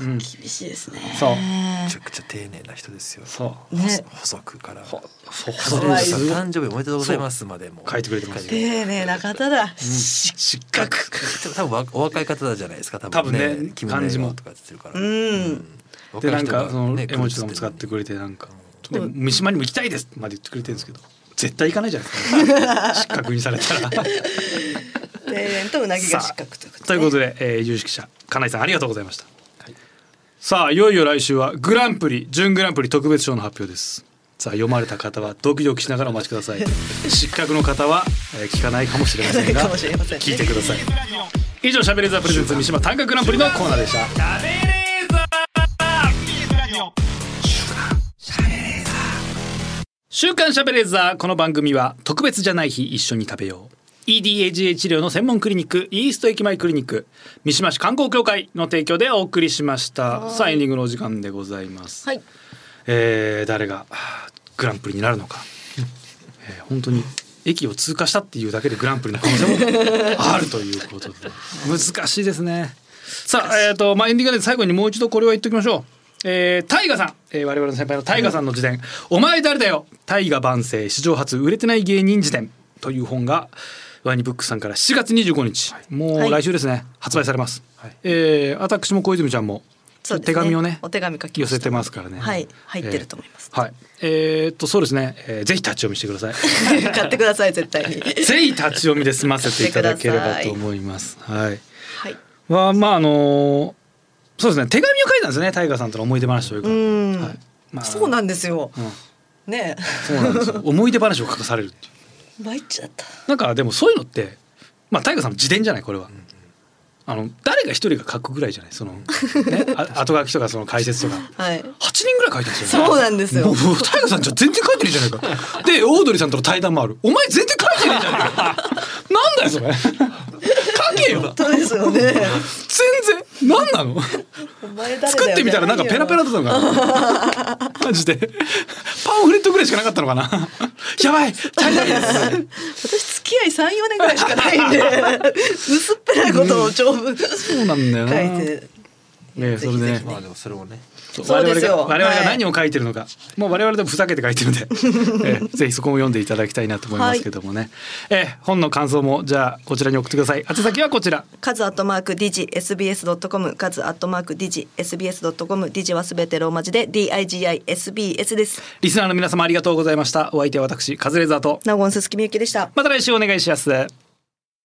Speaker 4: 厳しいですね
Speaker 3: そう
Speaker 5: めちゃくちゃ丁寧な人ですよ。
Speaker 3: そう
Speaker 4: ね
Speaker 5: 補足から。
Speaker 3: ほそう
Speaker 5: 細
Speaker 4: 怖
Speaker 5: 田
Speaker 4: い
Speaker 5: さん
Speaker 3: すごい
Speaker 5: 誕生日おめでとうございますまでも
Speaker 3: 書いてくれてます
Speaker 5: 書い
Speaker 4: 丁寧な方だ、し
Speaker 3: 失格
Speaker 5: でも多分わお若い方じゃないですか多
Speaker 3: 多分
Speaker 5: 分
Speaker 3: ね
Speaker 5: ねキムネイ
Speaker 3: 漢字も
Speaker 5: とか言ってるから。
Speaker 4: う
Speaker 5: うん
Speaker 4: ん
Speaker 5: 若
Speaker 3: で
Speaker 5: い
Speaker 3: なん
Speaker 5: 人が
Speaker 3: かその
Speaker 5: ね
Speaker 3: 絵文字とかも使ってくれてなんかで
Speaker 4: うん
Speaker 3: 三島にも行きたいですまで言ってくれてるんですけど絶対行かないじゃないです か失格にされたら。
Speaker 4: 庭園とうなぎが失格ということ
Speaker 3: ということで、えー有識者金井さんありがとうございました、さあいよいよ来週はグランプリ準グランプリ特別賞の発表ですさあ読まれた方はドキドキしながらお待ちくだ さい失格の方は、えー聞かないかもしれませんが
Speaker 4: かもしれませんね
Speaker 3: 聞いてください以上しゃべれーザープレゼンツ三島短歌グランプリのコーナーでした週刊しゃべれーザーこの番組は特別じゃない日一緒に食べよう EDAGA 治療の専門クリニックイースト駅前クリニック三島市観光協会の提供でお送りしましたさあエンディングのお時間でございます、
Speaker 4: はい
Speaker 3: えー誰がはあグランプリになるのか、えー本当に駅を通過したっていうだけでグランプリの可能性もあるということで難しいですねさあ、えーとまあ、エンディングで最後にもう一度これは言っておきましょう。えー、タイガさん、えー我々の先輩のタイガさんの自伝「お前誰だよタイガ万世史上初売れてない芸人自伝」という本がワニブックスさんから7月25日、も
Speaker 4: は
Speaker 3: う
Speaker 4: い
Speaker 3: 来週ですね、発売されます、
Speaker 5: はい
Speaker 3: えー私も小泉ちゃんも
Speaker 4: そうです
Speaker 3: 手
Speaker 4: ね
Speaker 3: 紙をね
Speaker 4: お手紙書き
Speaker 3: 寄
Speaker 4: ました
Speaker 3: せてますからね
Speaker 4: はい入ってると思います
Speaker 3: えーはいえーっとそうですね、えーぜひ立ち読みしてくだ さい
Speaker 4: 買ってください絶対に
Speaker 3: ぜひ立ち読みで済ませていただければと思いますはい
Speaker 4: はい
Speaker 3: はまああのーそうですね手紙を書いたんですねタイガーさんとの思い出話というか
Speaker 4: うん
Speaker 3: はいまあ
Speaker 4: そうなんですよ
Speaker 3: うん
Speaker 4: ねえ
Speaker 3: そうなんですよ 思い出話を書かされるっていう
Speaker 4: 参っちゃった
Speaker 3: なんかでもそういうのってまあタイガーさんの自伝じゃないこれは、あの誰が一人が書くぐらいじゃないそ の、ね、あ後書きとかその解説とか
Speaker 4: はい
Speaker 3: 8人ぐらい書いてるんですよ、ね、
Speaker 4: そうなんですよ
Speaker 3: もうタイガーさんじゃ全然書いてるじゃないかでオードリーさんとの対談もあるお前全然書いてないじゃないかなんだよそれ書けよ
Speaker 4: そうですよね
Speaker 3: 全然なんなの
Speaker 4: お前誰だよ
Speaker 3: 作ってみたらなんかペラペラだったのかなマジでパンフレットぐらいしかなかったのかなやばい足りない です
Speaker 4: 私付き合い三四年ぐらいしかないんで薄っぺらいことを長文書
Speaker 3: そうなんだよない
Speaker 4: て
Speaker 3: ねえそれでね
Speaker 5: まあでもそれをね
Speaker 3: そう
Speaker 4: そうですよ
Speaker 3: 我々が我々が
Speaker 4: はい
Speaker 3: 何を書いてるのか、もう我々でもふざけて書いてるんで、え ーぜひそこも読んでいただきたいなと思いますけどもね、えー本の感想もじゃあこちらに送ってください宛先はこちら
Speaker 4: カズアットマークディジ SBS ドットコムカズアットマークディジ SBS ドットコムディジはすべてローマ字で D I G I S B S です。
Speaker 3: リスナーの皆様ありがとうございましたお相手は私カズレーザーと
Speaker 4: ナゴンススキミユキでした。
Speaker 3: また来週お願いします